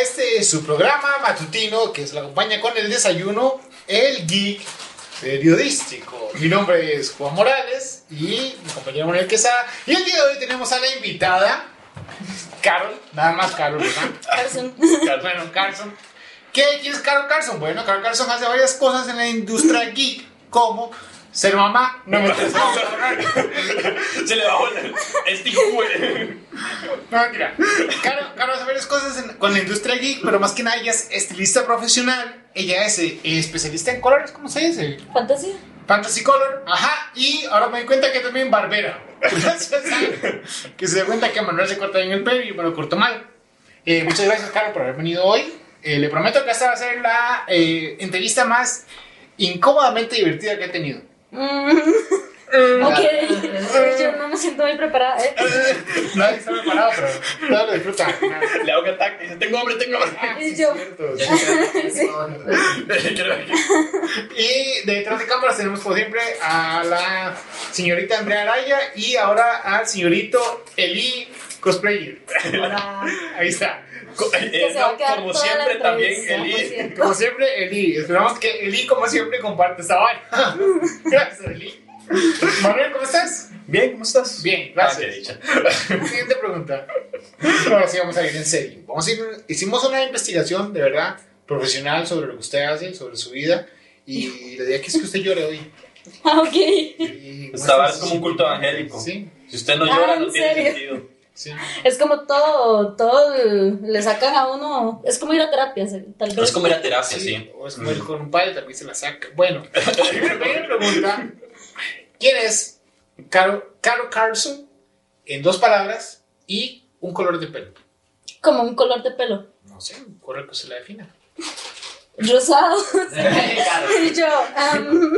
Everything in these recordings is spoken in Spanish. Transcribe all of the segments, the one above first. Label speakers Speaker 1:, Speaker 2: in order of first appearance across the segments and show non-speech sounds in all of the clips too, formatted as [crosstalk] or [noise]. Speaker 1: este es su programa matutino que se lo acompaña con el desayuno, el geek periodístico. Mi nombre es Juan Morales y mi compañero Manuel Quesada. Y el día de hoy tenemos a la invitada, Carol, nada más Carol, ¿verdad?
Speaker 2: Carson.
Speaker 1: Carl- Bueno, Carson. ¿Qué, ¿Quién es Carol Carson? Bueno, Carol Carson hace varias cosas en la industria geek, como ser mamá. No me
Speaker 3: Se le bajó el, el tico, güey.
Speaker 1: No, mentira. Caro, Caro hace varias cosas en- con la industria geek, pero más que nada ella es estilista profesional. Ella es eh, especialista en colores, ¿cómo se dice?
Speaker 2: Fantasía.
Speaker 1: Fantasy Color. Ajá. Y ahora me di cuenta que también barbera. [laughs] Gracias a- que se dio cuenta que a Manuel se corta bien el pelo y me lo cortó mal. Eh, muchas gracias, Caro, por haber venido hoy. Eh, le prometo que esta va a ser la eh, entrevista más incómodamente divertida que he tenido. [laughs]
Speaker 2: Mm. ok. Yo no me siento muy preparada. ¿eh?
Speaker 1: Nadie está preparado, pero todo lo disfruta.
Speaker 3: Le hago que ataque. Dice: Tengo hambre, tengo hambre. [laughs]
Speaker 2: Y yo.
Speaker 1: Cierto.
Speaker 3: Quiero ver.
Speaker 1: Y detrás de cámaras tenemos como siempre a la señorita Andrea Araya y ahora al señorito Eli Cosplayer. [laughs]
Speaker 2: Hola.
Speaker 1: Ahí está.
Speaker 3: Co- eh,
Speaker 2: se va a
Speaker 3: no,
Speaker 2: quedar
Speaker 3: como
Speaker 2: toda la
Speaker 3: siempre, también
Speaker 2: entrevista, por
Speaker 3: Eli.
Speaker 2: cierto.
Speaker 1: Como siempre, Eli. Esperamos que Eli, como siempre, comparte esta vaina. [laughs] Gracias, Eli. Manuel, ¿cómo estás?
Speaker 3: Bien, ¿cómo estás?
Speaker 1: Bien,
Speaker 3: Ah, qué
Speaker 1: gracias.
Speaker 3: dicha. [laughs]
Speaker 1: Siguiente pregunta. Ahora sí vamos a ir en serio. Vamos a ir, hicimos una investigación de verdad profesional sobre lo que usted hace, sobre su vida. Y la idea es que usted llore hoy.
Speaker 2: Ah, ok.
Speaker 1: Y-
Speaker 3: Estaba es como un culto evangélico.
Speaker 1: Sí,
Speaker 3: Si usted no
Speaker 2: Ah,
Speaker 3: llora,
Speaker 2: ¿en
Speaker 3: no tiene
Speaker 2: serio?
Speaker 3: sentido.
Speaker 1: sí.
Speaker 2: Es como todo, todo el- le sacan a uno. Es como ir a terapia, se- tal vez.
Speaker 3: Es como ir a terapia, sí.
Speaker 1: O es como ir con un padre, también se la saca. [laughs] Bueno, la primera pregunta: ¿Quién es Caro, Caro Carlson en dos palabras y un color de pelo?
Speaker 2: Como un color de pelo.
Speaker 1: No sé, un color que se la defina.
Speaker 2: Rosado. y yo. am,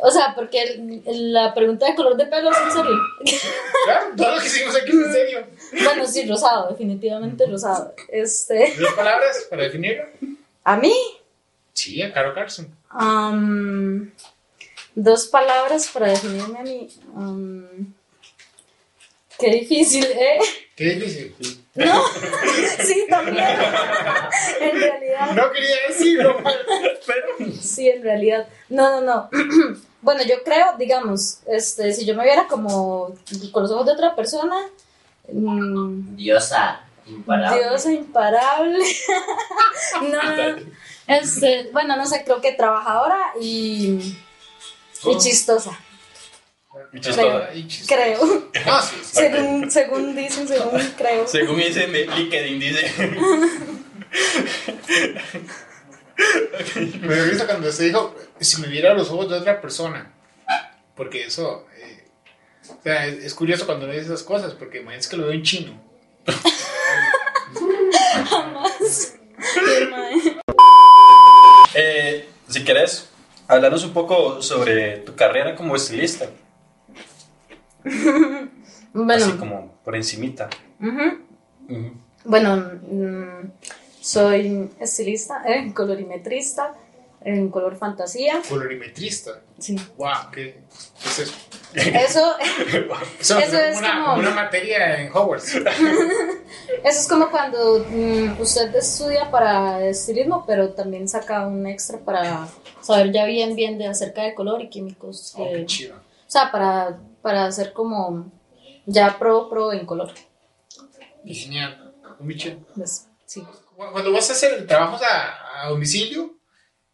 Speaker 2: o sea, porque el- el- la pregunta de color de pelo es en serio. [laughs]
Speaker 1: Claro, todo lo que hicimos aquí es en serio.
Speaker 2: Bueno, sí, rosado, definitivamente rosado. Este.
Speaker 1: ¿Dos palabras para definirlo?
Speaker 2: ¿A mí?
Speaker 1: Sí, a Caro Carlson.
Speaker 2: Am, dos palabras para definirme a mí. Am, qué difícil, ¿eh?
Speaker 1: Qué difícil.
Speaker 2: No, [laughs] sí, también. En realidad,
Speaker 1: No quería decirlo, pero.
Speaker 2: sí, en realidad. No, no, [clears throat] no. Bueno, yo creo, digamos, este, si yo me viera como con los ojos de otra persona, mm,
Speaker 4: Diosa imparable.
Speaker 2: Diosa imparable. [laughs] no, no, este, bueno, no sé, creo que trabajadora y, y chistosa,
Speaker 3: Y chistosa.
Speaker 1: Y chistosa.
Speaker 2: creo.
Speaker 1: No, sí, sí.
Speaker 2: Según, según dicen, según
Speaker 3: [laughs]
Speaker 2: creo.
Speaker 3: Según dice mi LinkedIn, dice. [laughs]
Speaker 1: Me dio risa cuando se dijo, si me viera a los ojos de otra persona. Porque eso, eh, o sea, es, es curioso cuando lees esas cosas, porque imagínense que lo veo en chino.
Speaker 2: Jamás. Qué mae.
Speaker 3: Eh, si querés, hablarnos un poco sobre tu carrera como estilista. Así
Speaker 2: Bueno,
Speaker 3: como por encimita.
Speaker 2: ujú.
Speaker 3: Ujú.
Speaker 2: bueno mm, soy estilista, eh, colorimetrista, en color fantasía.
Speaker 1: Colorimetrista.
Speaker 3: [laughs]
Speaker 2: Sí.
Speaker 1: Wow, ¿qué, qué es eso?
Speaker 2: Eso,
Speaker 1: Eso,
Speaker 2: Eso
Speaker 1: fue
Speaker 2: es
Speaker 1: una,
Speaker 2: como-
Speaker 1: una materia en Hogwarts.
Speaker 2: Eso es como cuando mm, usted estudia para estilismo, pero también saca un extra para saber ya bien, bien de acerca de color y químicos. que-
Speaker 1: Oh, qué chido.
Speaker 2: o sea, para, para hacer como ya pro, pro en color.
Speaker 1: Qué genial. Muy chido.
Speaker 2: Pues, sí.
Speaker 1: Cu- Cuando vas a hacer trabajos a, a domicilio,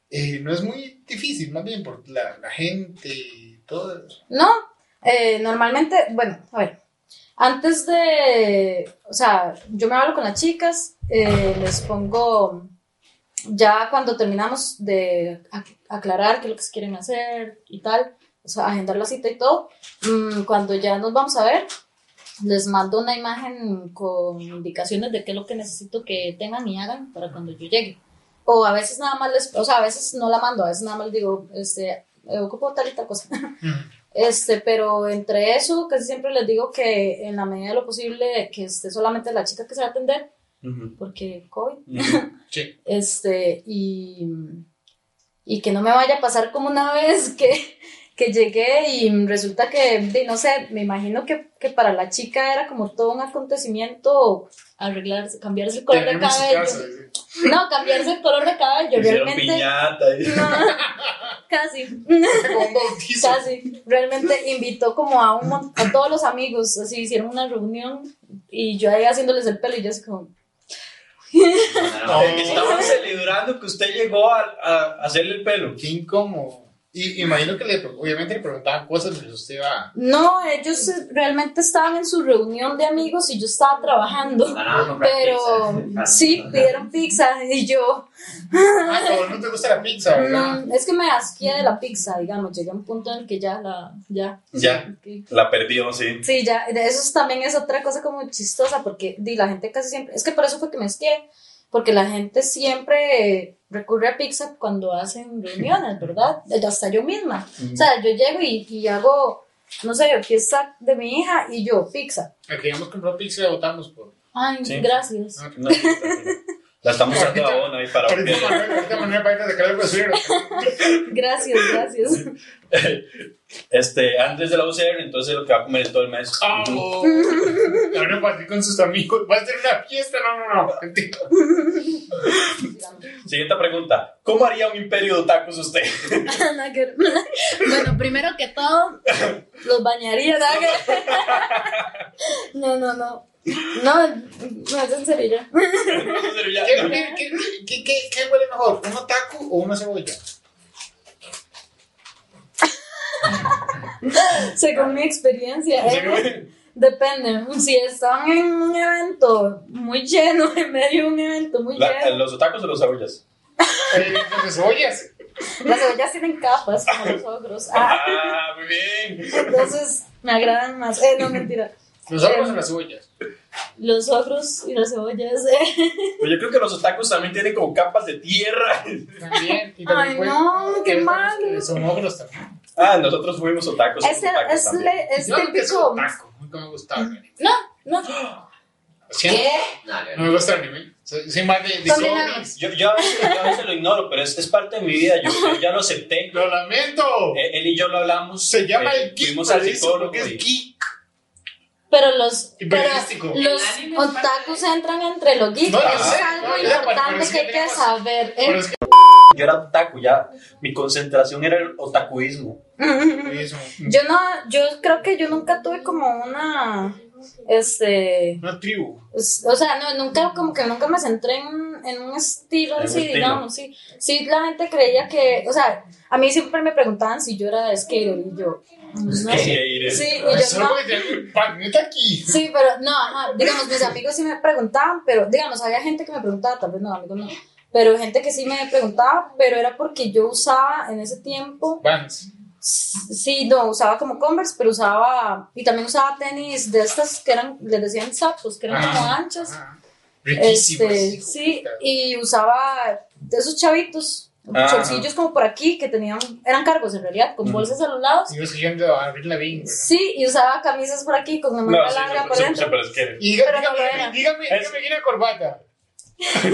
Speaker 1: eh, no es muy difícil, más bien por la, la gente y todo.
Speaker 2: No, eh, normalmente, bueno, a ver, antes de, o sea, yo me hablo con las chicas, eh, les pongo, ya cuando terminamos de ac- aclarar qué es lo que se quieren hacer y tal, o sea, agendar la cita y todo, mm, cuando ya nos vamos a ver, les mando una imagen con indicaciones de qué es lo que necesito que tengan y hagan para cuando yo llegue. O a veces nada más les, o sea, a veces no la mando, a veces nada más les digo, este, eh, ocupo tal y tal cosa. Este, pero entre eso, casi siempre les digo que en la medida de lo posible que esté solamente la chica que se va a atender, [laughs]
Speaker 3: Ujú.
Speaker 2: porque COVID,
Speaker 3: Ujú.
Speaker 1: Sí.
Speaker 2: este, y, y que no me vaya a pasar como una vez [laughs] que, que llegué y resulta que, de- no sé, me imagino que, que para la chica era como todo un acontecimiento arreglarse, cambiarse el color de
Speaker 1: Termina en su
Speaker 2: cabello.
Speaker 1: casa, dice.
Speaker 2: No, cambiarse el color de cabello,
Speaker 5: Hicieron
Speaker 2: realmente.
Speaker 5: piñata. y-
Speaker 2: No, casi.
Speaker 1: Como un bautizo.
Speaker 2: Casi, realmente invitó como a un mon- a todos los amigos, así hicieron una reunión y yo ahí haciéndoles el pelo y yo así como,
Speaker 1: No.
Speaker 5: Estaban celebrando que usted llegó a, a hacerle el pelo.
Speaker 1: Qué incómodo. Y imagino que le, obviamente le "Ah, preguntaban cosas mientras usted iba.
Speaker 2: no, ellos eh, realmente estaban en su reunión de amigos y yo estaba
Speaker 4: [laughs]
Speaker 2: trabajando, pero sí, pidieron pizza y yo,
Speaker 1: Ah, no, no te gusta la pizza, ¿verdad?
Speaker 2: no, es que me asqué de la pizza, digamos, llegué a un punto en el que ya la, ya,
Speaker 5: Ya.
Speaker 2: ok.
Speaker 5: La perdió, sí.
Speaker 2: Sí, ya, de eso es- también es otra cosa como chistosa, porque di, la gente casi siempre, es que por eso fue que me esquié, porque la gente siempre eh, recurre a pizza cuando hacen reuniones, ¿verdad? Eh, Hasta yo misma. O sea, yo llego y, y hago, no sé, fiesta de mi hija y yo, pizza.
Speaker 1: La queríamos comprar pizza y votamos por.
Speaker 2: Ay,
Speaker 5: Sí.
Speaker 2: gracias.
Speaker 1: Ah,
Speaker 5: No, la
Speaker 1: [laughs]
Speaker 5: estamos dando a Ona ahí para
Speaker 1: Ahorita
Speaker 5: volver.
Speaker 1: Manuel, ahorita Manuel va a ir a sacar el basurero.
Speaker 2: Gracias, gracias. [laughs]
Speaker 5: Este, Andrés de la UCR, entonces es lo que va a comer en todo el mes.
Speaker 1: ¡Oh! La van a partir con sus amigos. Va a ser una fiesta, no, no, [laughs] no. mentira.
Speaker 5: Siguiente pregunta. ¿Cómo haría un imperio de tacos usted? [laughs]
Speaker 2: Nada que ver. [laughs] bueno, primero que todo, los bañaría, ¿no? [laughs] no, no, no. No, no, es en serio. ya.
Speaker 1: ¿Qué, qué, qué, qué, qué- qué huele mejor? ¿Un taco o una cebolla?
Speaker 2: Según mi experiencia,
Speaker 1: O sea,
Speaker 2: eh,
Speaker 1: que-
Speaker 2: depende. Si están en un evento muy lleno, [laughs] en medio de un evento muy
Speaker 5: La-
Speaker 2: lleno,
Speaker 5: ¿Los tacos o los cebollas?
Speaker 1: eh, ¿Con cebollas?
Speaker 2: las cebollas tienen capas como los ogros. Ah,
Speaker 5: Ah, muy bien.
Speaker 2: entonces me agradan más. Eh, no, mentira.
Speaker 1: ¿Los ojos o las cebollas?
Speaker 2: Los ogros y las cebollas. eh.
Speaker 5: Pues yo creo que los tacos también tienen como capas de tierra.
Speaker 1: También. Y también
Speaker 2: Ay,
Speaker 1: pueden-
Speaker 2: no, qué
Speaker 1: que son-
Speaker 2: malo.
Speaker 1: que Son ogros también.
Speaker 5: Ah, nosotros fuimos otacos.
Speaker 2: Es,
Speaker 5: otacos
Speaker 2: es,
Speaker 5: también.
Speaker 2: le- es
Speaker 1: Yo creo que es un
Speaker 2: típico. Ah.
Speaker 1: taco. Nunca me ha gustado el anime.
Speaker 2: No, no.
Speaker 1: Lo siento,
Speaker 4: No, no,
Speaker 1: No
Speaker 4: no.
Speaker 1: me gusta el anime. Soy, soy más de, de
Speaker 2: Son
Speaker 1: cómics.
Speaker 2: enanos.
Speaker 5: Yo, yo, a veces, yo a veces lo ignoro, pero es, es parte de mi vida. Yo, yo ya
Speaker 1: [laughs]
Speaker 5: lo acepté.
Speaker 1: Lo lamento.
Speaker 5: Eh, Él y yo lo hablamos.
Speaker 1: Se llama
Speaker 5: Eh,
Speaker 1: el kick.
Speaker 5: Fuimos
Speaker 1: por
Speaker 5: al
Speaker 1: eso,
Speaker 5: psicólogo.
Speaker 1: porque
Speaker 5: y-
Speaker 1: es kick.
Speaker 2: Pero los.
Speaker 1: Y
Speaker 2: pero
Speaker 1: periodístico.
Speaker 2: Los
Speaker 4: El anime es
Speaker 2: otakus entran entre los geeks.
Speaker 1: No,
Speaker 5: yo
Speaker 2: es
Speaker 5: sé,
Speaker 2: algo
Speaker 1: no, yo sé, pero
Speaker 2: importante
Speaker 1: es
Speaker 2: que
Speaker 1: que
Speaker 2: hay que
Speaker 1: tenemos-
Speaker 2: saber. eh.
Speaker 1: Pero es que
Speaker 5: Yo era otaku, ya. Mi concentración era el otakuismo.
Speaker 2: [laughs]
Speaker 1: eso,
Speaker 2: Yo no, yo creo que yo nunca tuve como una, este,
Speaker 1: una tribu.
Speaker 2: es- o sea, no, nunca, como que nunca me centré en, un- en un estilo
Speaker 5: En un
Speaker 2: así,
Speaker 5: estilo.
Speaker 2: digamos, sí. Sí, la gente creía que, o sea, a mí siempre me preguntaban si yo era skater y yo, "Mm, Pues no sé.
Speaker 5: Eh,
Speaker 2: Sí, y yo
Speaker 1: Eso
Speaker 2: no.
Speaker 1: no es de planeta aquí.
Speaker 2: Sí, pero no, ajá, digamos, mis amigos sí me preguntaban, pero digamos, había gente que me preguntaba, tal vez no, amigos no, pero gente que sí me preguntaba, pero era porque yo usaba en ese tiempo
Speaker 1: Vans.
Speaker 2: Sí, no, usaba como Converse, pero usaba, y también usaba tenis de estas que eran, les decían sapos, que eran
Speaker 1: Ajá.
Speaker 2: como anchas.
Speaker 1: Ajá. Riquísimas.
Speaker 2: Este,
Speaker 1: Ah, hijo
Speaker 2: sí,
Speaker 1: de puta.
Speaker 2: y usaba de esos chavitos,
Speaker 5: Ah.
Speaker 2: chorcillos como por aquí, que tenían, eran cargos en realidad, con
Speaker 5: Ujú.
Speaker 2: bolsas a los lados.
Speaker 1: Y yo escuchando a Avril Lavigne, ¿verdad?
Speaker 2: Sí, y usaba camisas por aquí con la manga
Speaker 5: No, sí,
Speaker 2: larga
Speaker 5: sí,
Speaker 2: por
Speaker 5: sí,
Speaker 2: dentro.
Speaker 5: sí, pero es que-
Speaker 1: Y dígame,
Speaker 2: Pero no lo
Speaker 1: dígame,
Speaker 2: era.
Speaker 1: dígame, dígame que era corbata. sí.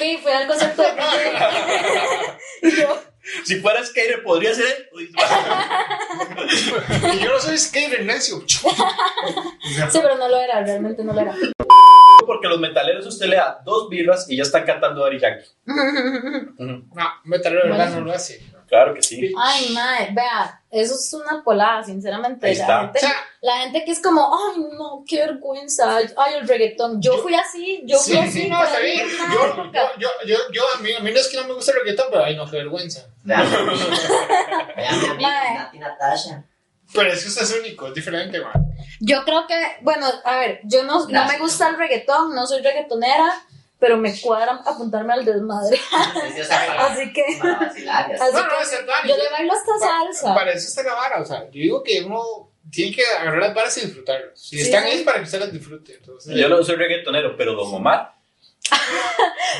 Speaker 2: Sí, fue al concepto de
Speaker 1: [laughs]
Speaker 2: y yo,
Speaker 5: Si fuera skater, podría ser él. Uy,
Speaker 2: [laughs]
Speaker 1: Y yo no soy skater, [laughs] necio.
Speaker 2: sí, pero no lo era, realmente no lo era.
Speaker 5: Porque los metaleros usted le da dos birras y ya están cantando Ari
Speaker 2: [laughs]
Speaker 5: Yankee. Ujú.
Speaker 1: No, metal de verdad no lo hace.
Speaker 5: Claro que sí.
Speaker 2: Ay, mae, vea, eso es una polada, sinceramente.
Speaker 5: Ahí
Speaker 2: la
Speaker 5: está.
Speaker 1: O
Speaker 2: gente-
Speaker 1: sea,
Speaker 2: La gente que es como, ay, no, qué vergüenza, ay, el reggaetón. Yo fui así, yo fui
Speaker 1: sí,
Speaker 2: así.
Speaker 1: sí, no, está bien.
Speaker 2: en una
Speaker 1: Yo,
Speaker 2: época.
Speaker 1: yo, yo, yo, yo, a mí, a mí no es que no me gusta el reggaetón, pero ay, no, qué vergüenza.
Speaker 4: Vean a mí. Vean a mí,
Speaker 2: Mae.
Speaker 4: Nati Natasha.
Speaker 1: Pero es que usted es único, es diferente, man.
Speaker 2: Yo creo que, bueno, a ver, yo no, no me
Speaker 4: Gracias.
Speaker 2: gusta el reggaetón, no soy reggaetonera, pero me cuadra apuntarme al desmadre.
Speaker 4: Es de esa palabra,
Speaker 2: Así que,
Speaker 4: para vacilar y así.
Speaker 2: así
Speaker 1: No, no,
Speaker 2: que
Speaker 1: es satánico.
Speaker 2: yo le bailo hasta salsa.
Speaker 1: Para eso está la vara, o sea, yo digo que uno tiene que agarrar las varas y disfrutarlas. Si
Speaker 2: Sí.
Speaker 1: están ahí es para que usted las disfrute. Entonces,
Speaker 5: Yo no soy reggaetonero, pero Don
Speaker 2: [laughs]
Speaker 5: Omar.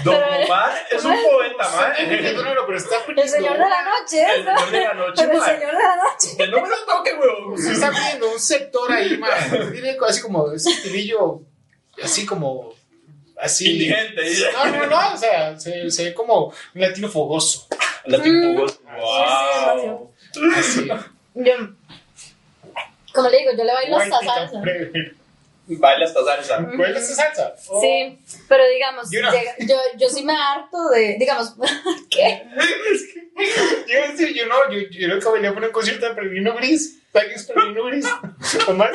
Speaker 5: Don
Speaker 2: Pero-
Speaker 5: Omar es un poeta, man.
Speaker 1: El reggaetonero, eh, pero está
Speaker 2: [laughs] El señor de la noche,
Speaker 5: El
Speaker 2: ¿no?
Speaker 5: señor
Speaker 2: [laughs]
Speaker 5: de la noche,
Speaker 2: Pero el
Speaker 5: man.
Speaker 2: señor de la noche.
Speaker 5: Que no me lo toque, huevón.
Speaker 1: Se está viendo un sector ahí, man. Tiene así como ese estilillo, así como. Así.
Speaker 5: Indigente.
Speaker 1: No, no, no, o sea, se, se ve como un latino fogoso.
Speaker 5: La tipo,
Speaker 2: sí,
Speaker 5: wow.
Speaker 1: Así.
Speaker 2: Yo, como le digo, yo le bailo hasta
Speaker 1: Guaitita,
Speaker 2: salsa.
Speaker 1: breve.
Speaker 3: Baila hasta salsa.
Speaker 2: [laughs]
Speaker 1: ¿Baila esta salsa? Oh.
Speaker 2: Sí, pero digamos,
Speaker 1: Y una-
Speaker 2: llega- yo, yo sí me harto de, digamos, [laughs]
Speaker 5: [laughs]
Speaker 2: ¿qué?
Speaker 1: Yo, sí, yo no, yo, yo nunca bailé por un concierto de Pervino Gris. ¿Tagues Pervino Gris? Omar.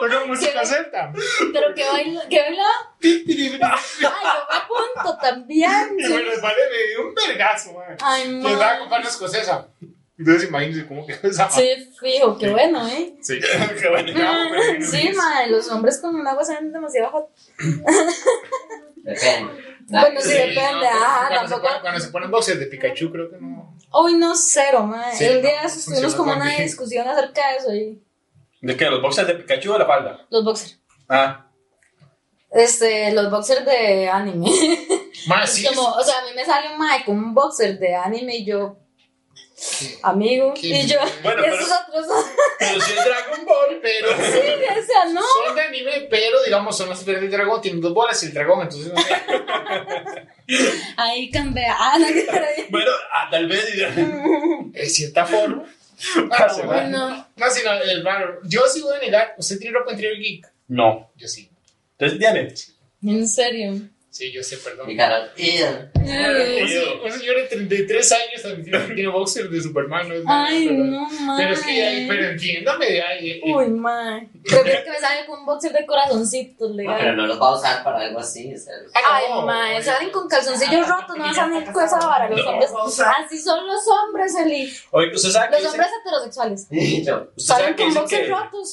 Speaker 1: Pero música celta.
Speaker 2: ¿Pero qué baila? ¿Qué baila? Ay, yo me apunto también.
Speaker 1: Y bueno, vale, me dio un vergazo, man.
Speaker 2: Ay,
Speaker 1: Les daba
Speaker 2: no.
Speaker 1: con pan escocesa. Entonces imagínense cómo que esa.
Speaker 2: Sí, fijo, qué bueno, ¿eh?
Speaker 1: Sí. Qué bueno, ya, Pervino Gris.
Speaker 2: Sí, madre, los hombres con un agua saben demasiado hot.
Speaker 4: Depende.
Speaker 2: Bueno, sí,
Speaker 1: Sí, no,
Speaker 2: depende,
Speaker 1: cuando-
Speaker 2: ajá,
Speaker 1: cuando se
Speaker 2: tampoco-
Speaker 1: ponen- Cuando se ponen boxes de Pikachu, creo que no.
Speaker 2: Hoy no, cero, madre.
Speaker 1: Sí,
Speaker 2: El
Speaker 1: no,
Speaker 2: día de eso
Speaker 1: funciona
Speaker 2: tuvimos como
Speaker 1: con
Speaker 2: una
Speaker 1: bien.
Speaker 2: discusión acerca de eso y
Speaker 3: ¿De qué? ¿Los boxers de Pikachu o la falda?
Speaker 2: los boxers.
Speaker 3: Ah,
Speaker 2: Este, los boxers de anime.
Speaker 1: Más
Speaker 2: Es
Speaker 1: sí.
Speaker 2: como, o sea, a mí me sale un mae con un boxer de anime y yo, amigo,
Speaker 1: qué
Speaker 2: y yo,
Speaker 3: Bueno,
Speaker 2: y esos otros,
Speaker 3: pero si es Dragon Ball,
Speaker 1: Pero.
Speaker 2: sí, o sea, no,
Speaker 1: Son de anime, pero digamos, son las esferas del dragón. Tienen dos bolas y el dragón, entonces no sé.
Speaker 2: ahí cambia, ah, no, qué maravilla.
Speaker 3: bueno, ah, tal vez.
Speaker 1: En cierta
Speaker 2: [laughs]
Speaker 1: forma. Ah,
Speaker 3: Ah,
Speaker 1: no,
Speaker 3: bueno.
Speaker 2: no,
Speaker 1: No, sino el raro. Yo sí voy a negar. ¿Usted tiene ropa interior geek?
Speaker 3: No.
Speaker 1: Yo sí.
Speaker 3: Entonces, Diane.
Speaker 2: en serio,
Speaker 1: Sí, yo sé, perdón.
Speaker 4: Mi cara. "Ew".
Speaker 1: Un se- un señor de 33 años admitiendo que tiene boxer de Superman. No es nada,
Speaker 2: ay,
Speaker 1: pero-
Speaker 2: no, mae,
Speaker 1: Pero es que, ay, pero entiéndame. ay, eh, eh,
Speaker 2: uy, mae, creo que es que me sale con un boxer de corazoncitos,
Speaker 4: No, pero
Speaker 2: legal,
Speaker 4: no los va a usar para algo así. o sea,
Speaker 2: ay,
Speaker 1: Ah, no,
Speaker 2: mae,
Speaker 1: ay,
Speaker 2: salen con
Speaker 5: Ah,
Speaker 2: calzoncillos rotos, no van a salir con esa vara, los
Speaker 3: No.
Speaker 2: hombres, pues, así son los hombres, Eli,
Speaker 3: Oye, ¿usted sabe que
Speaker 2: los
Speaker 3: dicen-
Speaker 2: hombres heterosexuales,
Speaker 4: Yo.
Speaker 3: ¿Usted
Speaker 2: salen
Speaker 3: sabe que
Speaker 2: con
Speaker 3: dicen
Speaker 2: boxers
Speaker 3: que...
Speaker 2: rotos,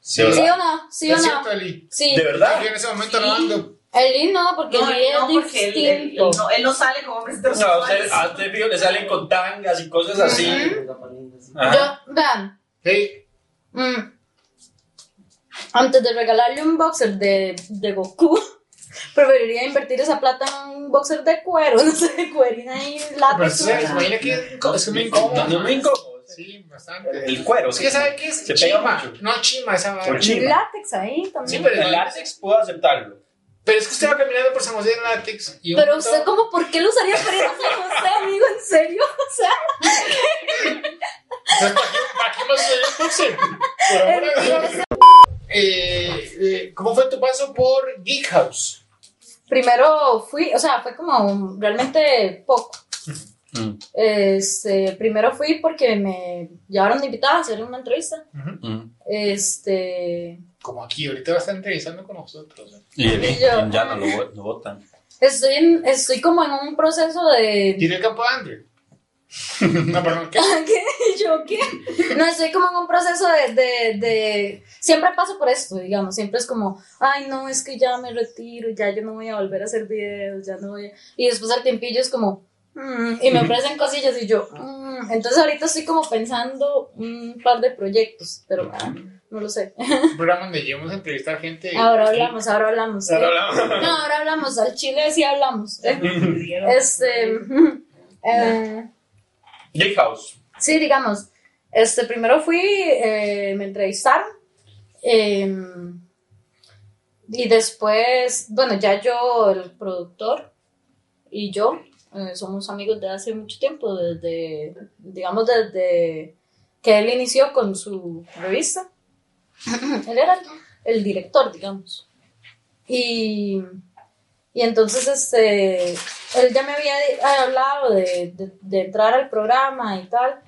Speaker 3: Sí,
Speaker 2: sí
Speaker 3: ¿verdad?
Speaker 2: o no, sí o
Speaker 1: Es
Speaker 2: no,
Speaker 1: cierto, Eli.
Speaker 2: sí,
Speaker 3: ¿De verdad?
Speaker 1: Yo en ese momento no ando.
Speaker 2: Eli no, porque
Speaker 5: No,
Speaker 2: Eli
Speaker 5: no,
Speaker 2: es
Speaker 5: porque él, él- él
Speaker 2: distinto.
Speaker 5: no, él no sale con hombres
Speaker 3: O sea, a usted,
Speaker 5: heterosexuales.
Speaker 3: a usted fijo, le salen con tangas y cosas así. Ajá.
Speaker 2: Yo, vean,
Speaker 1: Hey,
Speaker 2: mm, antes de regalarle un boxer de, de Goku, [laughs] preferiría invertir esa plata en un boxer de cuero, [laughs] no sé, de cuerina y
Speaker 1: pero
Speaker 2: látex.
Speaker 1: se
Speaker 2: ¿verdad?
Speaker 1: imagina que es un incómodo.
Speaker 3: No, no me incómodo.
Speaker 1: Sí, bastante.
Speaker 3: El cuero,
Speaker 1: Es
Speaker 3: sí.
Speaker 1: que, ¿sabe qué es?
Speaker 3: Se pega
Speaker 1: Chima.
Speaker 3: mucho.
Speaker 1: No, chima esa vara.
Speaker 3: Por chi-
Speaker 2: Y látex ahí
Speaker 1: Sí,
Speaker 2: también.
Speaker 1: pero-
Speaker 3: El látex puedo aceptarlo.
Speaker 1: Pero es que usted va caminando por San José en látex. Y un
Speaker 2: pero
Speaker 1: puto- [laughs]
Speaker 2: usted, como, ¿por qué lo usaría para ir a San José, amigo? ¿En serio? O sea,
Speaker 1: Entonces, ¿Para qué- para qué más el boxer?
Speaker 2: [laughs]
Speaker 1: Por amor a Dios. Eh, eh, ¿Cómo fue tu paso por Geek House?
Speaker 2: primero fui, o sea, fue como un- realmente poco.
Speaker 3: Mm.
Speaker 2: Este, primero fui porque me llevaron de invitada a hacer una entrevista. Este,
Speaker 1: Como aquí, ahorita va a estar entrevistando con nosotros. ¿eh?
Speaker 3: Y,
Speaker 2: Y yo-
Speaker 3: ya no lo vo- no votan.
Speaker 2: estoy, en- estoy como en un proceso de... [laughs]
Speaker 1: ¿Tiene el campo de Andrew? [laughs] No, perdón, ¿qué?
Speaker 2: ¿Qué? ¿Yo qué? No, estoy como en un proceso de, de- de- Siempre paso por esto, digamos. Siempre es como, ay, no, es que ya me retiro, ya yo no voy a volver a hacer videos, ya no voy a... Y después al tiempillo es como... "Mm", y me ofrecen cosillas y yo... "Mm". Entonces ahorita estoy como pensando un par de proyectos, pero ah, no lo sé.
Speaker 1: Un programa donde llevamos a entrevistar gente.
Speaker 2: Ahora hablamos, ahora hablamos. ¿eh?
Speaker 3: Ahora [laughs] hablamos.
Speaker 2: No, ahora hablamos, al chile sí hablamos. ¿eh? Este. [laughs] eh,
Speaker 3: Geek House.
Speaker 2: sí, digamos. Este, primero fui, eh, me entrevistaron. eh, y después, bueno, ya yo, el productor y yo eh, somos amigos de hace mucho tiempo, desde, digamos, desde que él inició con su revista. él era el director, digamos. Y, y entonces, este, él ya me había di- hablado de, de- de entrar al programa y tal,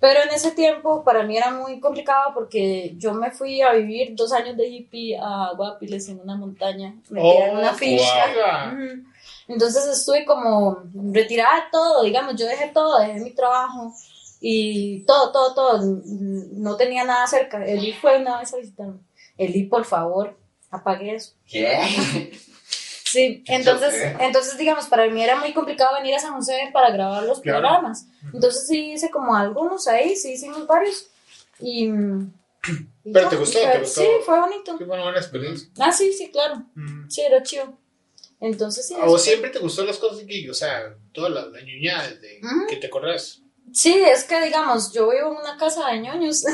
Speaker 2: pero en ese tiempo para mí era muy complicado porque yo me fui a vivir dos años de hippie a Guapiles en una montaña, me
Speaker 1: Oh,
Speaker 2: quedé en una finca.
Speaker 1: Oiga,
Speaker 2: Ujú. Entonces estuve como retirada de todo, digamos, yo dejé todo, dejé mi trabajo y todo, todo, todo, n- n- no tenía nada cerca. Eli fue una vez a visitarme. Eli, por favor, apague eso.
Speaker 4: ¿Qué?
Speaker 2: Sí, entonces,
Speaker 4: sé.
Speaker 2: entonces digamos, para mí era muy complicado venir a San José para grabar los
Speaker 1: Claro.
Speaker 2: programas. Entonces sí hice como algunos ahí, sí hicimos varios. Y, mm,
Speaker 1: [clears throat]
Speaker 2: y
Speaker 1: Pero
Speaker 2: ya,
Speaker 1: te gustó,
Speaker 2: y fue-
Speaker 1: te gustó.
Speaker 2: Sí, fue bonito.
Speaker 1: qué buena, buena experiencia.
Speaker 2: Ah, sí, sí, claro.
Speaker 1: Mm.
Speaker 2: Sí, era chido. Entonces sí.
Speaker 1: ¿A vos siempre te gustó las cosas de geek? O sea, toda la, la ñuñada desde
Speaker 2: Ujú.
Speaker 1: que te corres.
Speaker 2: Sí, es que digamos, yo vivo en una casa de ñoños.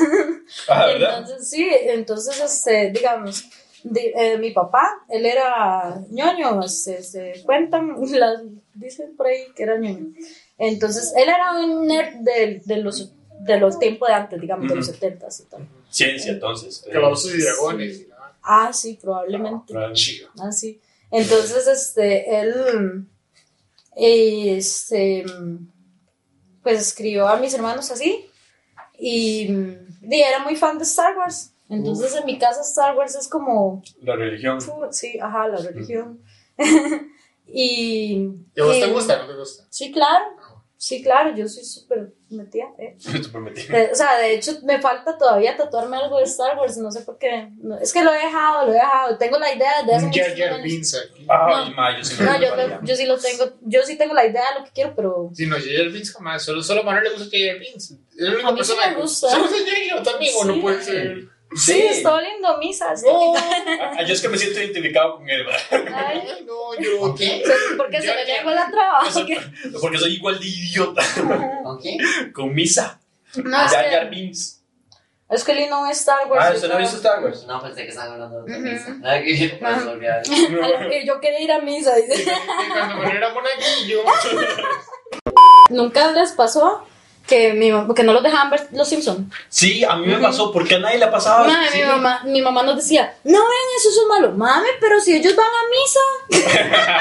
Speaker 3: Ah, ¿verdad?
Speaker 2: [laughs] entonces, sí, entonces, este, digamos, di- eh, mi papá, él era ñoño, se, se cuentan, [laughs] las, dicen por ahí que era ñoño. Entonces, él era un nerd de, de los de los tiempos de antes, digamos, de los
Speaker 3: Ujú.
Speaker 2: 70 y tal.
Speaker 3: Ciencia, entonces.
Speaker 1: Calabozos y dragones. y la-
Speaker 2: Ah, sí, probablemente.
Speaker 3: Probable.
Speaker 1: Chido.
Speaker 2: Ah, sí. Entonces, este, él, este, pues escribió a mis hermanos así y, y era muy fan de Star Wars. Entonces, en mi casa Star Wars es como,
Speaker 3: Eh, La religión. [laughs]
Speaker 2: fu- sí, ajá, la religión. [laughs] y,
Speaker 1: ¿Y a vos
Speaker 2: y-
Speaker 1: te gusta o no te gusta?
Speaker 2: Sí, claro. Sí, claro, yo soy súper metida. eh.
Speaker 3: Te prometí.
Speaker 2: De- o sea, de hecho, me falta todavía tatuarme algo de Star Wars, no sé por qué. No, es que lo he dejado, lo he dejado. Tengo la idea desde hace
Speaker 1: Un Jar
Speaker 2: muchos
Speaker 1: Jar
Speaker 2: años.
Speaker 1: Binks aquí.
Speaker 3: Ay, ma, yo sí me
Speaker 2: No, yo,
Speaker 3: prometía.
Speaker 2: yo sí lo tengo, yo sí tengo la idea de lo que quiero, pero
Speaker 1: Si no, Jar Jar Binks jamás. Solo, solo a Manuel le gusta Jar Jar Binks. Es la
Speaker 2: A
Speaker 1: única
Speaker 2: mí sí
Speaker 1: persona
Speaker 2: me
Speaker 1: que
Speaker 2: gusta.
Speaker 1: ¿Solo es Jar Jar también o no
Speaker 2: Sí.
Speaker 1: puede ser?
Speaker 2: sí, está oliendo
Speaker 1: [laughs]
Speaker 2: misas.
Speaker 1: No,
Speaker 3: Ah, Yo es que me siento identificado con él, ¿verdad?
Speaker 2: Ay,
Speaker 1: Ay, no, yo, [laughs] ¿qué?
Speaker 2: porque se
Speaker 1: Yo-
Speaker 2: me llegó la traba. ¿o qué?
Speaker 3: Porque soy igual de idiota.
Speaker 4: ¿Con quién?
Speaker 3: Con misa.
Speaker 2: No,
Speaker 3: Jar
Speaker 2: es
Speaker 3: Jar
Speaker 2: que,
Speaker 3: Binks.
Speaker 2: es que Lee no ve Star Wars.
Speaker 3: Ah,
Speaker 2: yo
Speaker 3: ¿usted no ha visto Star Wars?
Speaker 4: No pensé que estaban hablando de
Speaker 2: Ujú.
Speaker 4: misa. Nada que por eso volví a ver.
Speaker 2: estaba- a lo [laughs] que yo quería ir a misa.
Speaker 1: Y
Speaker 2: dice.
Speaker 1: Cuando Manuel era monaguillo.
Speaker 2: [laughs] Nunca les pasó que mi mam- que no los dejaban ver los Simpsons.
Speaker 3: Sí, a mí me pasó. ¿Por qué a nadie le ha pasado? Ah, Sí.
Speaker 2: mi mamá, mi mamá nos decía, no ven, eso es malo. Mame, pero si ellos van a misa.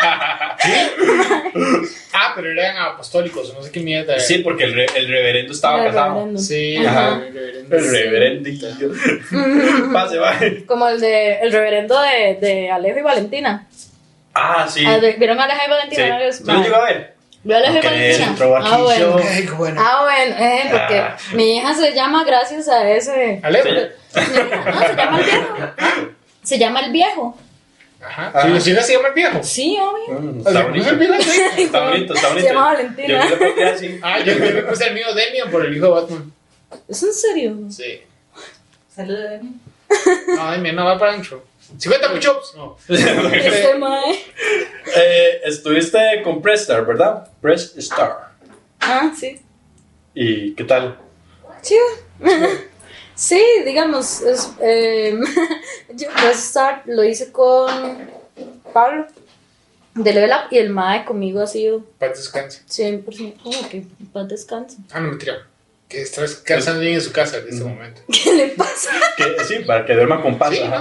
Speaker 1: Ah, pero eran apostólicos, no sé qué mierda.
Speaker 3: Sí, porque el, re- el reverendo estaba
Speaker 2: Era
Speaker 3: casado.
Speaker 2: reverendo.
Speaker 1: Sí,
Speaker 2: Ajá.
Speaker 1: el reverendo.
Speaker 3: El reverendo y yo. [laughs] Pase, va.
Speaker 2: Como el de el reverendo de, de Alejo y Valentina.
Speaker 3: Ah, sí.
Speaker 2: Ah, de- ¿Vieron a Alejo y
Speaker 3: Sí.
Speaker 2: Valentina?
Speaker 3: ¿No lo llegó a ver?
Speaker 2: Yo Alejo y
Speaker 3: Aunque
Speaker 2: Valentina.
Speaker 3: entró
Speaker 2: Ah,
Speaker 3: aquí
Speaker 2: [laughs] bueno.
Speaker 3: yo.
Speaker 1: Ay, qué bueno.
Speaker 2: Ah, bueno, eh, porque
Speaker 3: Ah.
Speaker 2: mi hija se llama gracias a ese.
Speaker 1: Alejo.
Speaker 3: Sí.
Speaker 2: Ah, se llama el viejo. Se llama el viejo.
Speaker 1: Ajá. Sí, sí, se llama el viejo.
Speaker 2: Sí, obvio.
Speaker 3: Mm,
Speaker 1: O
Speaker 3: Está
Speaker 1: sea, ¿cómo se
Speaker 3: bonito.
Speaker 1: llama el viejo?
Speaker 3: Está bonito, está
Speaker 2: Se
Speaker 3: bonito.
Speaker 2: llama
Speaker 3: Yo
Speaker 2: Valentina.
Speaker 3: me lo pondría
Speaker 2: [laughs]
Speaker 3: así.
Speaker 1: Ah, yo yo le puse el mío Demian por el hijo de Batman.
Speaker 2: ¿Es en serio?
Speaker 3: [laughs]
Speaker 1: Sí.
Speaker 4: Saludos.
Speaker 1: No, Demian no va para ancho. 50 puchops. No.
Speaker 2: Este mae.
Speaker 3: [laughs] Eh, estuviste con Prestar, ¿verdad? Press Star.
Speaker 2: Ah, sí.
Speaker 3: ¿Y qué tal?
Speaker 2: Chido. [laughs] Sí, digamos, es, eh, [laughs] yo pues, Star lo hice con Pablo de Level Up y el mae conmigo ha sido
Speaker 1: Para descanse.
Speaker 2: 100% como que en paz descanso.
Speaker 1: Ah, no, mentira. Que está descansando bien en su casa en este momento.
Speaker 2: [laughs] ¿Qué le pasa?
Speaker 3: Que- Sí, para que duerma con paz.
Speaker 1: Sí,
Speaker 3: ajá.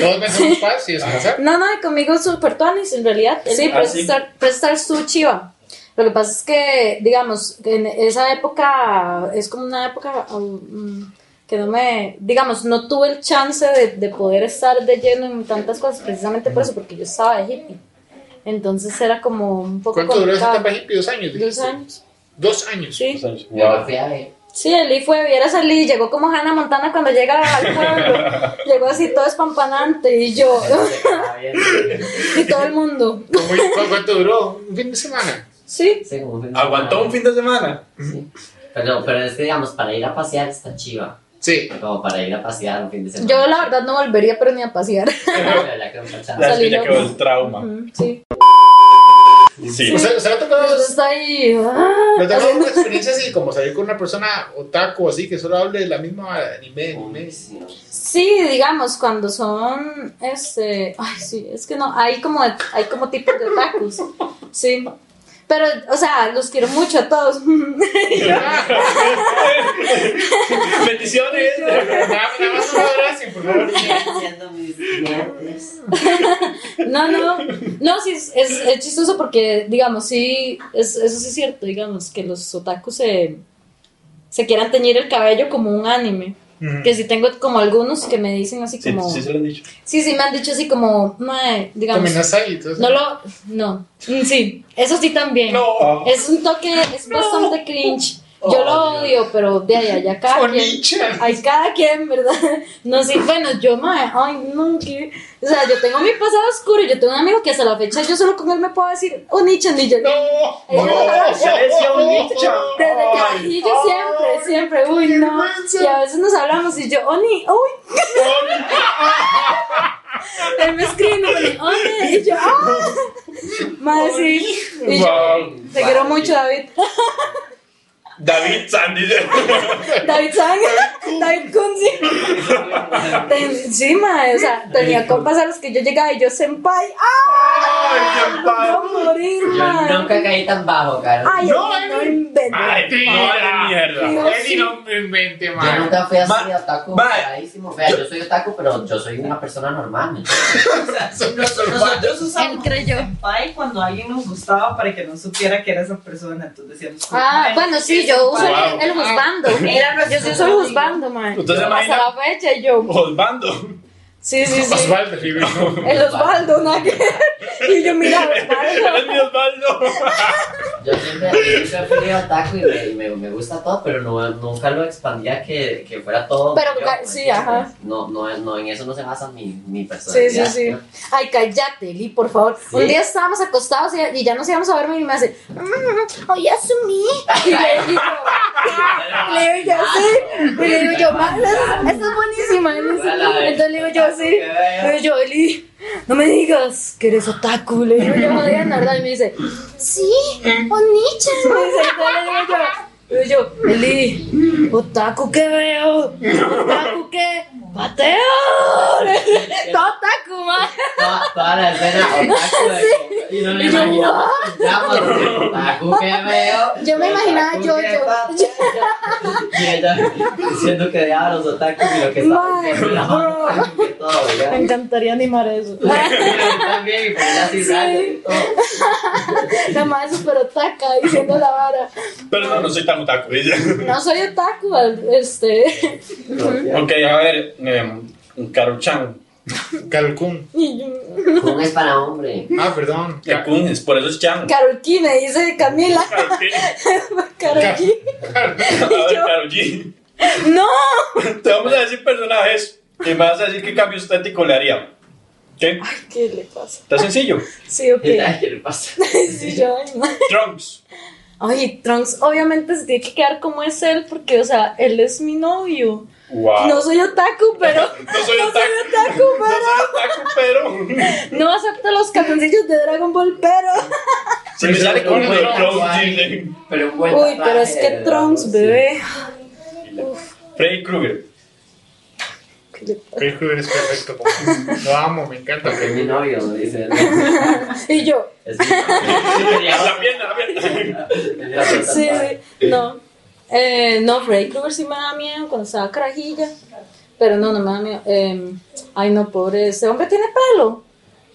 Speaker 1: Todos pensamos paz y descansar.
Speaker 2: No, no, conmigo es super tuanis, en realidad. Sí,
Speaker 3: Ah, sí.
Speaker 2: prestar, prestar su chiva. Lo que pasa es que, digamos, en esa época es como una época um, que no me, digamos, no tuve el chance de, de poder estar de lleno en tantas cosas, precisamente por eso, porque yo estaba de hippie. Entonces era como un poco
Speaker 1: ¿Cuánto duró esa
Speaker 2: complicado.
Speaker 1: etapa hippie? ¿Dos años?
Speaker 2: Dos
Speaker 1: dijiste?
Speaker 2: años.
Speaker 1: Dos años.
Speaker 2: Sí.
Speaker 3: Dos años.
Speaker 4: Yo
Speaker 3: Wow.
Speaker 4: lo fui a ver.
Speaker 2: Sí, el Lee fue, vieras al Lee, llegó como Hannah Montana cuando llega
Speaker 1: [laughs]
Speaker 2: al pueblo. llegó así todo espampanante y yo, [laughs]
Speaker 4: Se estaba viendo.
Speaker 2: y todo el mundo.
Speaker 1: ¿Cómo- cu- ¿Cuánto duró? Un fin de semana.
Speaker 2: Sí,
Speaker 4: Sí, como fin de
Speaker 3: ¿Aguantó un
Speaker 4: semana.
Speaker 3: fin de semana?
Speaker 4: Sí. Pero, pero es que, digamos, para ir a pasear está chiva.
Speaker 1: Sí.
Speaker 4: Como para ir a pasear un fin de semana.
Speaker 2: Yo la verdad no volvería, pero ni a pasear.
Speaker 4: [laughs] La verdad que me faltaba.
Speaker 3: La que ya
Speaker 2: loco.
Speaker 3: quedó el trauma.
Speaker 2: Mm, [laughs] sí.
Speaker 3: Sí.
Speaker 5: [laughs]
Speaker 1: O sea, ¿se le ha tocado
Speaker 3: Pues,
Speaker 2: Entonces está ahí. ah,
Speaker 1: ¿No te ha pasado una experiencia así, como salir con una persona otaku así, que solo hable de la misma anime, anime?
Speaker 4: Uy, sí, no.
Speaker 2: Sí, digamos, cuando son este. Ay, sí, es que no. Hay como, hay como tipos de otakus. Sí. Pero, o sea, los quiero mucho a todos. [laughs]
Speaker 3: Bendiciones.
Speaker 1: Nada, nada más un abrazo, por favor.
Speaker 4: Siguen siendo mis clientes.
Speaker 2: No, no. No, sí, es, es- es chistoso porque, digamos, sí, es- eso sí es cierto, digamos, que los otakus se, se quieran teñir el cabello como un anime. Que sí tengo como algunos que me dicen así
Speaker 3: Sí,
Speaker 2: como.
Speaker 3: sí se lo han dicho.
Speaker 2: Sí, sí, me han dicho así como, "Mae", digamos.
Speaker 1: Caminas ahí, entonces.
Speaker 2: No lo. No. Mm, Sí, eso sí también.
Speaker 1: No.
Speaker 5: Ah.
Speaker 2: Es un toque, es bastante cringe. Yo
Speaker 4: Oh,
Speaker 2: lo
Speaker 4: Dios.
Speaker 2: odio, pero de ahí a allá cada quien.
Speaker 1: Konichiwa.
Speaker 2: Hay cada quien, ¿verdad? No sé, bueno, yo, mae, ay, no, que. O sea, yo tengo mi pasado oscuro, yo tengo un amigo que hasta la fecha yo solo con él me puedo decir, Onichan, y yo.
Speaker 1: No.
Speaker 2: Ella-
Speaker 1: No.
Speaker 3: se decía un nicho.
Speaker 2: Desde que
Speaker 1: Ay,
Speaker 2: y yo
Speaker 1: ay,
Speaker 2: siempre, siempre, uy,
Speaker 1: qué
Speaker 2: no.
Speaker 1: vergüenza.
Speaker 2: Y a veces nos hablamos y yo, Oni, uy, él me escribe, y me pone, Oni, y yo, ah, mae, sí. Y yo,
Speaker 3: Wow.
Speaker 5: [laughs]
Speaker 2: Te quiero mucho, David.
Speaker 5: David Sandy. [laughs]
Speaker 2: David Sang, David Kunzi. Ten- sí, mae, eh, o sea, tenía compas a los que yo llegaba y yo, senpai, ¡ah!
Speaker 5: Ay, qué padre.
Speaker 2: ¡Voy a morir,
Speaker 4: Yo
Speaker 2: mae!
Speaker 4: nunca caí tan bajo, caro.
Speaker 2: ¡Ay,
Speaker 1: No,
Speaker 2: no, no
Speaker 1: Emi.
Speaker 2: inventes!
Speaker 5: Ay,
Speaker 1: Mentira.
Speaker 5: no, mierda.
Speaker 1: Eddie, no me invente,
Speaker 4: Yo
Speaker 1: man.
Speaker 4: nunca fui así
Speaker 5: Ma-
Speaker 4: de otaku
Speaker 5: ma-
Speaker 4: cagadísimo. Vea, yo soy otaku, pero yo soy una persona normal. ¿me entiendes?
Speaker 6: [laughs] Nosotros usamos
Speaker 2: Él creyó.
Speaker 6: senpai cuando alguien nos gustaba para que no supiera que era esa persona. Entonces decíamos,
Speaker 2: Ah,
Speaker 6: "Mae,
Speaker 2: bueno, sí,
Speaker 6: es
Speaker 2: yo uso
Speaker 6: senpai".
Speaker 1: Wow.
Speaker 2: el juzgando.
Speaker 6: Era
Speaker 2: Yo
Speaker 6: nuestro
Speaker 2: sí uso el
Speaker 6: amigo.
Speaker 2: juzgando, mae.
Speaker 5: Entonces,
Speaker 2: Hasta
Speaker 5: Ah. imagina-
Speaker 2: la fecha, y yo.
Speaker 5: Osvaldo. [laughs]
Speaker 2: Sí, sí, sí.
Speaker 1: Osvaldo, sí, güey.
Speaker 2: El Osvaldo, nada que ver. Y yo, mira,
Speaker 5: Eres
Speaker 2: Osvaldo.
Speaker 5: mi Osvaldo.
Speaker 4: Yo siempre, yo siempre fui otaku y me, y me, me gusta todo, pero no, nunca lo expandía que, que fuera todo.
Speaker 2: Pero,
Speaker 4: yo,
Speaker 2: ca-
Speaker 4: ¿me
Speaker 2: sí,
Speaker 4: entiendes?
Speaker 2: ajá.
Speaker 4: No, no, no, en eso no se basa mi, mi
Speaker 2: Sí, sí,
Speaker 4: personalidad.
Speaker 2: sí.
Speaker 4: ¿no?
Speaker 2: Ay, cállate, Li, por favor.
Speaker 4: Sí.
Speaker 2: Un día estábamos acostados y, y ya nos íbamos a dormir y me hace, mm, hoy asumí. Y le digo, y le digo yo, sí. Y le digo yo, "Ma, esa esa es buenísima. él dice, Entonces le digo yo, sí. Le digo yo, Eli, no me digas que eres otaku. Le digo yo, "Oigan, la verdad. Y me dice, sí, Onichan. Me dice, entonces le digo yo, le digo yo, Eli, otaku que veo, otaku que pateo. Todo otaku, ma.
Speaker 4: [laughs] Toda, toda la escena otaku. de- Y no me
Speaker 2: Y yo,
Speaker 4: imaginaba. Otaku que
Speaker 2: [laughs]
Speaker 4: veo.
Speaker 2: Yo me imaginaba
Speaker 4: otaku
Speaker 2: yo,
Speaker 4: que
Speaker 2: yo-
Speaker 4: pateo. [laughs] Y ella diciendo que odiaba a los otakus y lo que estaba
Speaker 2: Madre,
Speaker 4: haciendo la mano, [laughs]
Speaker 2: bro.
Speaker 4: otaku que todo,
Speaker 2: [laughs]
Speaker 4: ¿verdad?
Speaker 2: encantaría animar eso.
Speaker 4: [laughs] Yo también, y pues ponerle así
Speaker 2: Sí.
Speaker 4: rayos y todo.
Speaker 2: La madre super otaca diciendo la vara.
Speaker 5: Pero no, no soy tan otaku. [laughs] dice.
Speaker 2: No soy otaku, este. [laughs]
Speaker 5: Ok, a ver. em, Karol Chan.
Speaker 1: Carol Kun.
Speaker 2: y yo-
Speaker 4: Kun es para hombre.
Speaker 1: Ah, perdón.
Speaker 5: Que Kun es- por eso es Chan.
Speaker 2: Karol G, me dice Camila. [laughs]
Speaker 5: Karol G.
Speaker 2: Karol G.
Speaker 5: A ver, Karol G.
Speaker 2: ¡No!
Speaker 5: Te vamos a decir personajes y me vas a decir qué cambio estético le haría. ¿Qué?
Speaker 2: ¿Qué le pasa?
Speaker 5: Está sencillo.
Speaker 2: [laughs] Sí, ok.
Speaker 4: Ay, ¿Qué le pasa?
Speaker 2: [laughs] Sí, yo, ay, no.
Speaker 5: Trunks.
Speaker 2: Ay, Trunks, obviamente se tiene que quedar como es él, porque, o sea, él es mi novio.
Speaker 5: Wow.
Speaker 2: No soy otaku,
Speaker 5: [laughs]
Speaker 2: pero.
Speaker 5: No soy
Speaker 2: no
Speaker 5: otaku.
Speaker 2: otaku,
Speaker 5: No soy otaku,
Speaker 2: [laughs]
Speaker 5: pero.
Speaker 2: pero. No acepto los calzoncillos de Dragon Ball, pero.
Speaker 5: Si me sale con
Speaker 1: Pero
Speaker 5: el
Speaker 1: Trunks,
Speaker 5: Trunks,
Speaker 4: guay.
Speaker 5: dice.
Speaker 4: Pero un buen
Speaker 2: Uy, pero es
Speaker 4: traje
Speaker 2: que
Speaker 4: de
Speaker 2: Trunks,
Speaker 4: dragón,
Speaker 2: bebé.
Speaker 5: Freddy Krueger.
Speaker 2: ¿Qué le pasa?
Speaker 1: Freddy Krueger es perfecto. papá. Lo amo, me encanta.
Speaker 4: sí. Es mi
Speaker 1: Freddy.
Speaker 4: novio, me dice. ¿no?
Speaker 2: Y yo,
Speaker 4: Es mi novio.
Speaker 5: La pierna, la [laughs] pierna.
Speaker 4: Tenía otra
Speaker 2: [laughs] sí,
Speaker 4: tatuaje.
Speaker 2: sí, no. Eh, no, Freddy Krueger sí me da miedo cuando estaba carajilla. Pero no, no me da miedo. Eh, ay, no, pobre, ese hombre tiene pelo.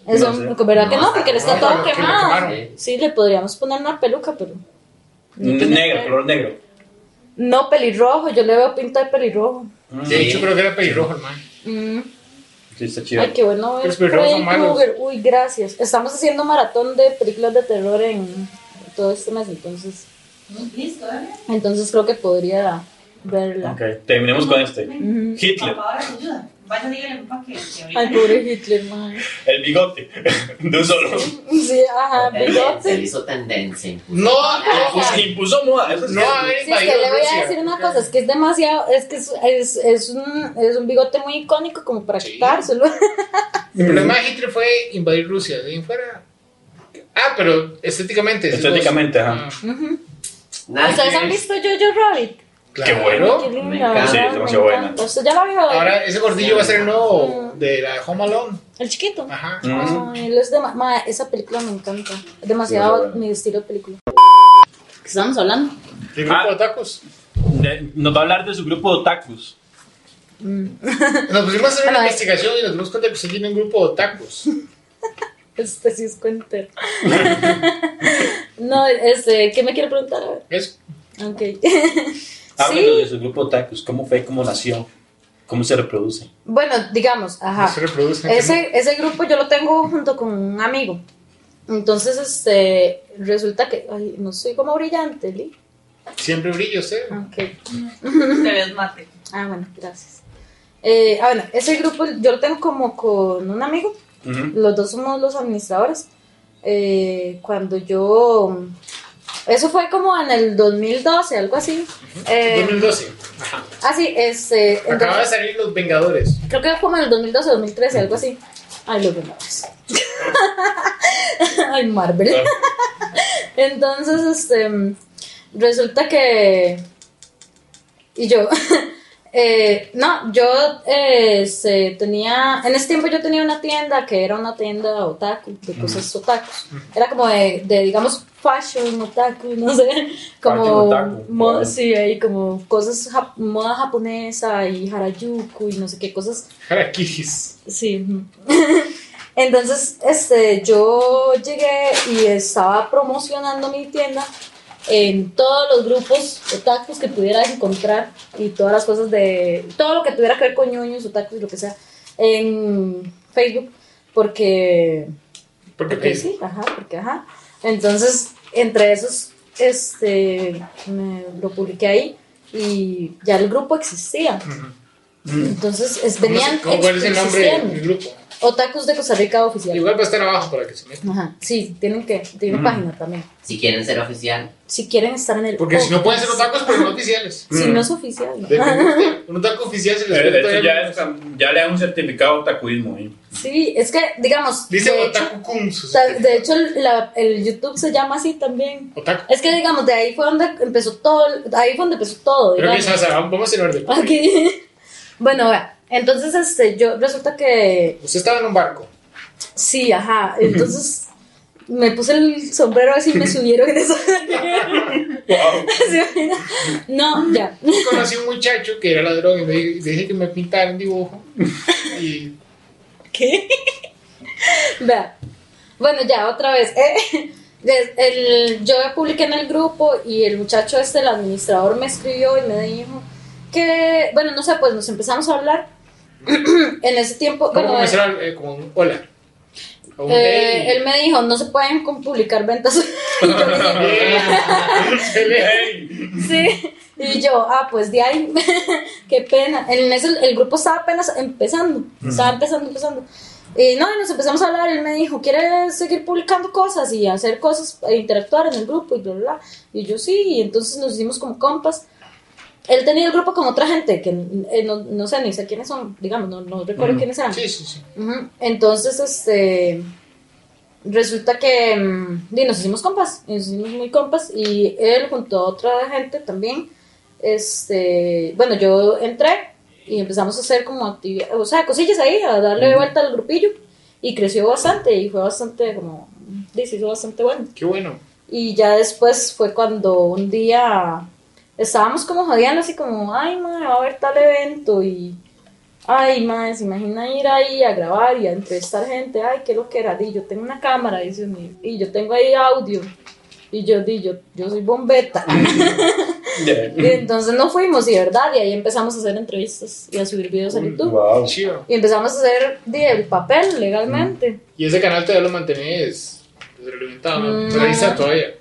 Speaker 2: Es
Speaker 5: No
Speaker 2: hombre-
Speaker 5: sé.
Speaker 2: ¿Verdad que
Speaker 4: No,
Speaker 2: no? Porque él está
Speaker 1: no,
Speaker 2: todo
Speaker 1: que lo
Speaker 2: quemado.
Speaker 1: quemaron.
Speaker 2: Sí, le podríamos poner una peluca, pero.
Speaker 5: Este Negro, color negro.
Speaker 2: No, pelirrojo, yo le veo pinta de pelirrojo.
Speaker 1: De hecho, creo que era pelirrojo, hermano.
Speaker 2: Mm,
Speaker 5: Sí, está chido.
Speaker 2: Ay, qué bueno ver
Speaker 1: Los pelirrojos son
Speaker 2: Freddy
Speaker 1: malos.
Speaker 2: Krueger. Uy, gracias. Estamos haciendo maratón de películas de terror en todo este mes, entonces.
Speaker 6: Listo, ¿eh?
Speaker 2: Entonces creo que podría verla.
Speaker 5: Ok, terminemos con este.
Speaker 2: Ujú.
Speaker 5: Hitler,
Speaker 6: Papá, ahora me ayuda. Vaya, dígale a mi papá que, que ahorita-
Speaker 2: Ay, pobre Hitler, madre.
Speaker 5: el bigote. [laughs] De un solo.
Speaker 2: [laughs] Sí, ajá, pues,
Speaker 4: Tendencia, Eh, Se
Speaker 2: bigote.
Speaker 4: hizo tendencia.
Speaker 1: No, no,
Speaker 5: Pues, impuso moda. Eso es
Speaker 1: no haber
Speaker 2: Ah, Sí, es que le voy a decir una cosa, es que es demasiado, es que es, es, es un, es un bigote muy icónico como para
Speaker 1: Sí.
Speaker 2: quitárselo.
Speaker 1: El problema
Speaker 5: Mm.
Speaker 1: de Hitler fue invadir Rusia, de ahí en fuera. Ah, pero estéticamente. sí,
Speaker 5: Estéticamente,
Speaker 1: vos.
Speaker 5: ajá.
Speaker 1: Ah,
Speaker 2: Ujú.
Speaker 4: Nada
Speaker 2: [laughs] ¿Ustedes han
Speaker 4: que-
Speaker 2: visto Jojo Rabbit?
Speaker 1: claro.
Speaker 5: Qué bueno.
Speaker 2: Qué linda,
Speaker 4: Me encanta.
Speaker 5: Sí,
Speaker 2: ¿verdad?
Speaker 5: es
Speaker 2: Me
Speaker 5: demasiado buena.
Speaker 2: encanta. ¿Usted ya la vio? eh?
Speaker 1: Ahora, ese gordillo va a ser el nuevo de la Home Alone.
Speaker 2: El chiquito.
Speaker 1: Ajá.
Speaker 5: Mm.
Speaker 2: Ay, él es dema- ma, esa película me encanta. Es demasiado
Speaker 5: Sí,
Speaker 2: mi estilo de película. ¿Qué estamos hablando?
Speaker 1: El grupo
Speaker 5: Ah.
Speaker 1: de tacos.
Speaker 5: De- Nos va a hablar de su grupo de otakus.
Speaker 1: Nos pusimos a hacer una
Speaker 2: Bueno, eh.
Speaker 1: investigación y nos dimos cuenta que se tiene un grupo de tacos.
Speaker 2: Este sí
Speaker 5: [laughs]
Speaker 2: es cuentero. no, este, ¿qué me quiere preguntar? A ver.
Speaker 1: Es
Speaker 2: Ok.
Speaker 5: Háblenos de
Speaker 2: sí.
Speaker 5: su grupo de otakus. ¿Cómo fue? ¿Cómo nació? ¿Cómo se reproduce?
Speaker 2: Bueno, digamos, ajá.
Speaker 1: no se reproducen.
Speaker 2: Ese, ese grupo yo lo tengo junto con un amigo. Entonces, este, resulta que, ay, no soy como brillante, Lee.
Speaker 1: Siempre brillo, usted.
Speaker 2: Ok.
Speaker 6: Te ves mate.
Speaker 2: Ah, bueno, gracias. Eh, ah, bueno, ese grupo yo lo tengo como con un amigo,
Speaker 5: Ujú.
Speaker 2: los dos somos los administradores. Eh, cuando yo... Eso fue como en el 2012, algo así. Eh,
Speaker 1: 2012.
Speaker 2: ah, sí, este...
Speaker 1: Acaba de
Speaker 2: entonces,
Speaker 1: salir Los Vengadores.
Speaker 2: creo que fue como en el 2012, 2013, algo así. Ay, los [laughs] demás. Ay, Marvel. Entonces, este, Resulta que. Y yo. [laughs] eh, no, yo eh, se tenía. En ese tiempo yo tenía una tienda que era una tienda otaku, de cosas otakus. Era como de, de, digamos, fashion otaku, no sé. [laughs]
Speaker 3: Fashion
Speaker 2: Como.
Speaker 3: otaku,
Speaker 2: mo-
Speaker 3: wow.
Speaker 2: sí, ahí como cosas, jap- moda japonesa y harajuku y no sé qué cosas
Speaker 1: Jarakiris.
Speaker 2: Sí. [laughs] ujú. Entonces, este, yo llegué y estaba promocionando mi tienda en todos los grupos otakus que pudiera encontrar y todas las cosas de todo lo que tuviera que ver con ñoños, otakus, lo que sea, en Facebook, porque
Speaker 1: Porque
Speaker 2: porque sí, ajá, porque ajá. Entonces, entre esos, este, me lo publiqué ahí y ya el grupo existía. Entonces, es-
Speaker 1: ¿Cómo
Speaker 2: venían
Speaker 1: se- cómo- ¿Cuál es el nombre
Speaker 2: existiendo.
Speaker 1: del grupo?
Speaker 2: Otakus de Costa Rica oficial.
Speaker 1: Igual va a estar abajo para que se metan.
Speaker 2: Ajá, sí, tienen que, tienen página también.
Speaker 4: Si quieren ser oficial,
Speaker 2: Si quieren estar en el.
Speaker 1: Porque si no pueden ser Mm.
Speaker 2: otaku
Speaker 1: otacos, pero no
Speaker 2: [laughs]
Speaker 1: oficiales.
Speaker 2: Si no es oficial. ¿no?
Speaker 1: Depende. Un otaku oficial se les
Speaker 5: De
Speaker 1: pide
Speaker 5: hecho,
Speaker 1: todavía
Speaker 5: Eh, ya,
Speaker 1: menos.
Speaker 5: es- ya le dan un certificado de ¿eh? tacuismo.
Speaker 2: Sí, es que, digamos.
Speaker 1: Dice
Speaker 2: de hecho,
Speaker 1: otaku kun. su-
Speaker 2: o sea, de hecho, la- el YouTube se llama así también.
Speaker 1: Otaku.
Speaker 2: Es que, digamos, de ahí fue donde empezó todo. Ahí fue donde empezó todo.
Speaker 1: Creo que
Speaker 2: digamos.
Speaker 1: ya se va- vamos en orden.
Speaker 2: Aquí. [laughs] Bueno, vea, entonces, este, yo, resulta que.
Speaker 1: Usted estaba en un
Speaker 2: [laughs]
Speaker 1: barco.
Speaker 2: Sí, ajá. Entonces. Me puse el sombrero así
Speaker 1: [laughs]
Speaker 2: y me subieron en eso. [laughs] No, ya.
Speaker 1: Y conocí a un muchacho que era ladrón y me di- dije que me pintara un
Speaker 2: [laughs]
Speaker 1: dibujo. Y
Speaker 2: ¿Qué? Vea. Bueno, ya, otra vez. Eh, des- el, yo publiqué en el grupo y el muchacho este, el administrador, me escribió y me dijo que, bueno, no sé, pues nos empezamos a hablar. [clears throat] en ese tiempo,
Speaker 1: ¿Cómo
Speaker 2: bueno, eh,
Speaker 1: comenzaron? Eh, como un hola. O un
Speaker 2: eh,
Speaker 1: hey. [laughs]
Speaker 2: él me dijo, no se pueden con- publicar ventas. Y yo dije,
Speaker 1: [laughs]
Speaker 5: Hey,
Speaker 2: [laughs] sí. Y yo, ah, pues de ahí, [laughs] qué pena. En ese, el grupo estaba apenas empezando, estaba empezando, empezando. Y no, y nos empezamos a hablar, él me dijo, ¿quieres seguir publicando cosas y hacer cosas, e interactuar en el grupo y bla, bla, bla? Y yo sí, y entonces nos hicimos como compas. Él tenía el grupo con otra gente, que eh, no, no sé, ni sé quiénes son, digamos, no, no recuerdo quiénes eran.
Speaker 1: Sí, sí, sí.
Speaker 2: Ujú, Entonces, este. Resulta que. mm, di, nos hicimos compas. y Nos hicimos muy compas. Y él, junto a otra gente también. Este. Bueno, yo entré. Y empezamos a hacer como actividades. O sea, cosillas ahí. A darle vuelta al grupillo. Y creció bastante. Y fue bastante como. di, se hizo bastante bueno.
Speaker 1: Qué bueno.
Speaker 2: Y ya después fue cuando un día estábamos como jodiendo, así como, ay, madre, va a haber tal evento y, ay, madre, se imagina ir ahí a grabar y a entrevistar gente, ay, qué lo que era, di, yo tengo una cámara, dice un- y yo tengo ahí audio, y yo, di, yo, yo soy bombeta. y entonces nos fuimos, y de verdad, y ahí empezamos a hacer entrevistas y a subir videos a YouTube.
Speaker 3: Wow.
Speaker 1: Chido.
Speaker 2: Y empezamos a hacer di, el papel legalmente.
Speaker 1: Y ese canal todavía lo mantenés realimentado, ¿no?
Speaker 2: Mm.
Speaker 1: Pero ahí está todavía.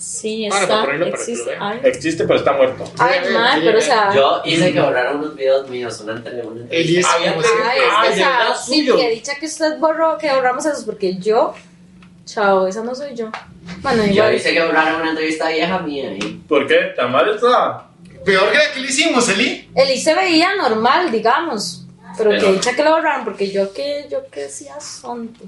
Speaker 2: Sí,
Speaker 1: Bueno,
Speaker 2: está,
Speaker 1: para ponerlo para que lo
Speaker 2: existe.
Speaker 1: vean.
Speaker 2: Ay,
Speaker 5: existe, pero está muerto.
Speaker 2: ay,
Speaker 1: Sí,
Speaker 2: madre,
Speaker 1: sí,
Speaker 2: pero o
Speaker 1: sí.
Speaker 2: sea...
Speaker 4: yo hice que borraran unos videos míos, una entrevista. Una
Speaker 1: Él hizo
Speaker 4: entrevista.
Speaker 1: como siempre.
Speaker 2: Ay, es que,
Speaker 4: Ay,
Speaker 2: o sea,
Speaker 4: ¿verdad?
Speaker 2: sí,
Speaker 4: Suyo.
Speaker 2: que dicha que usted borró, que borramos esos, porque yo, chao, esa no soy yo. Bueno,
Speaker 4: Yo
Speaker 2: igual.
Speaker 4: hice que borraran una entrevista vieja mía. ¿eh?
Speaker 5: ¿Por qué? ¿Tan mal está?
Speaker 1: Peor que la que le hicimos, Eli.
Speaker 2: Eli se veía normal, digamos, pero que
Speaker 4: Pero-
Speaker 2: dicha que lo borraron, porque yo que, yo que hacía sonte.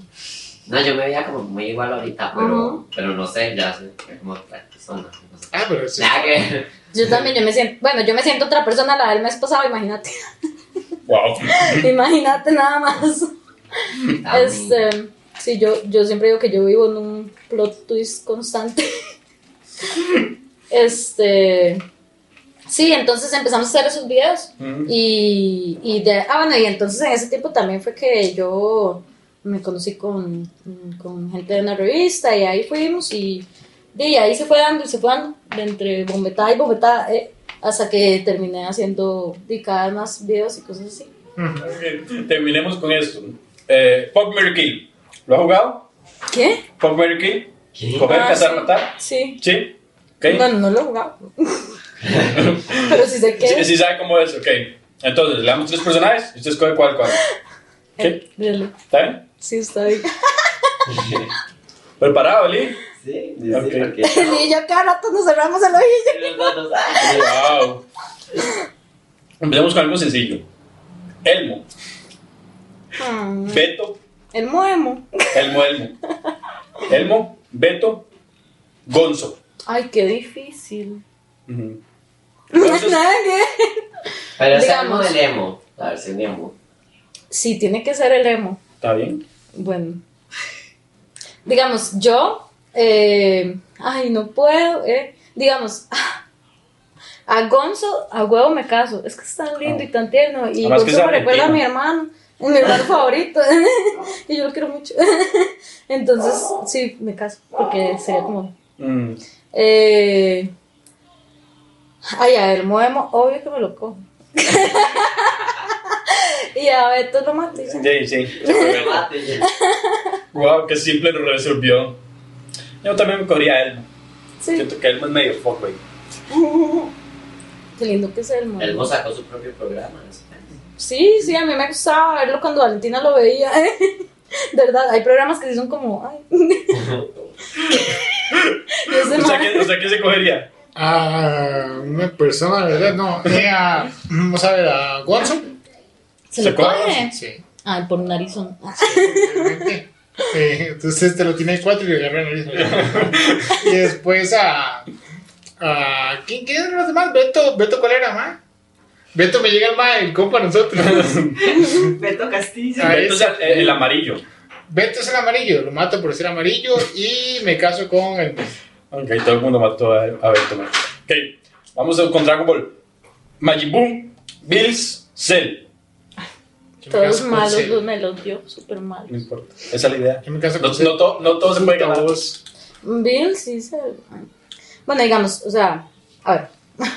Speaker 4: No, yo me veía como muy igual ahorita, pero,
Speaker 2: Ujú.
Speaker 4: pero no sé, ya sé, es como otra persona. No sé.
Speaker 1: Ah, pero eso.
Speaker 4: Nada que.
Speaker 2: Yo también, yo me siento, bueno, yo me siento otra persona, la del mes pasado, imagínate, [laughs]
Speaker 5: Wow.
Speaker 2: imagínate nada más. Este, sí, yo, yo siempre digo que yo vivo en un plot twist constante. [laughs] este, sí, entonces empezamos a hacer esos videos. Y, y de, ah, bueno, y entonces en ese tiempo también fue que yo me conocí con, con gente de una revista y ahí fuimos y, y ahí se fue dando y se fue dando de entre bombetada y bombetada eh, hasta que terminé haciendo y cada vez más videos y cosas así.
Speaker 5: Bien, Terminemos con esto. Eh, Pop Mary Kill. ¿Lo ha jugado?
Speaker 2: ¿Qué?
Speaker 5: Pop Mary Kill.
Speaker 4: ¿Qué?
Speaker 5: Comer,
Speaker 2: Ah,
Speaker 5: cazar,
Speaker 2: sí.
Speaker 5: matar.
Speaker 2: Sí.
Speaker 5: Sí. Ok.
Speaker 2: Bueno, no lo he jugado.
Speaker 5: [laughs]
Speaker 2: Pero sí sé qué
Speaker 5: Sí,
Speaker 2: es.
Speaker 5: sí sabe cómo es, ok. Entonces, le damos tres personajes y usted escoge cuál,
Speaker 2: [laughs]
Speaker 5: cuál. ¿Qué?
Speaker 2: Really.
Speaker 5: ¿Está bien?
Speaker 2: Sí, está [laughs] bien.
Speaker 5: ¿Preparado, Lee?
Speaker 4: [laughs] Sí, sí,
Speaker 5: Ok.
Speaker 4: sí, porque.
Speaker 2: Y yo cada rato nos cerramos el ojillo.
Speaker 4: Sí, los datos, ah.
Speaker 5: Wow. Empecemos con algo sencillo. Elmo. Beto.
Speaker 2: Mm, El muemo.
Speaker 5: Elmo, Elmo. Elmo, Beto, Gonzo.
Speaker 2: Ay, qué difícil.
Speaker 5: Ujú. Entonces-
Speaker 2: [laughs] Nada que-
Speaker 4: Pero es algo
Speaker 2: Digamos.
Speaker 4: del emo, la versión de emo.
Speaker 2: Sí, tiene que ser el emo.
Speaker 5: ¿Está bien?
Speaker 2: Bueno. Digamos, yo. eh, ay, no puedo. eh. Digamos. [laughs] ah, A Gonzo, a huevo me caso. Es que es tan lindo y tan tierno. Y
Speaker 5: Además que
Speaker 2: Gonzo
Speaker 5: es
Speaker 2: me recuerda a mi
Speaker 5: argentino.
Speaker 2: hermano. Mi hermano favorito. [laughs] y yo lo quiero mucho. [laughs] Entonces, sí, me caso. Porque sería como.
Speaker 5: Mm,
Speaker 2: Eh, ay, a ver, Moemo, obvio que me lo cojo. [laughs] y a Beto lo mato. y ya.
Speaker 5: Sí, sí. se fue bien. Wow, qué simple lo resolvió. Yo también me corría a él.
Speaker 2: Sí,
Speaker 5: Siento que él es medio fuck, güey.
Speaker 2: qué lindo que es el Moemo.
Speaker 4: Elmo sacó su propio programa. no sé.
Speaker 2: Sí, sí, a mí me gustaba verlo cuando Valentina lo veía. [laughs] De verdad, hay programas que sí son como. Ay, [laughs] y ese
Speaker 5: O sea,
Speaker 2: man-
Speaker 5: que, o sea, ¿qué se cogería?
Speaker 1: A una persona, ¿verdad? No, eh, a, vamos a ver, a Gonzo.
Speaker 2: se lo
Speaker 5: ¿se acuerda?
Speaker 2: coge.
Speaker 1: Sí,
Speaker 2: Ay, por un narizón.
Speaker 1: obviamente. Eh, entonces te lo tiene el cuatro y le agarra la nariz. Y después a. a ¿Quién quién eran los demás? Beto, Beto, ¿cuál era, ma? Beto me llega el ma, el compa a nosotros.
Speaker 6: Beto Castillo.
Speaker 1: Ay.
Speaker 5: Entonces, el, el amarillo.
Speaker 1: Beto es el amarillo, lo mato por ser amarillo y me caso con el.
Speaker 5: Ok, todo el mundo mató a, a Beto. man. Ok, vamos con Dragon Ball. Majin Buu, Bills, Cell.
Speaker 1: yo me
Speaker 2: [laughs] Todos
Speaker 1: caso con
Speaker 2: malos,
Speaker 1: Cel.
Speaker 2: los me los dio, súper malos.
Speaker 5: No importa, esa es la idea.
Speaker 1: Yo me caso pues,
Speaker 5: No,
Speaker 1: con Cel.
Speaker 5: no, to- no todo se puede ganar.
Speaker 1: Todos.
Speaker 2: Bill sí se. Bueno, digamos, o sea, a ver. [laughs]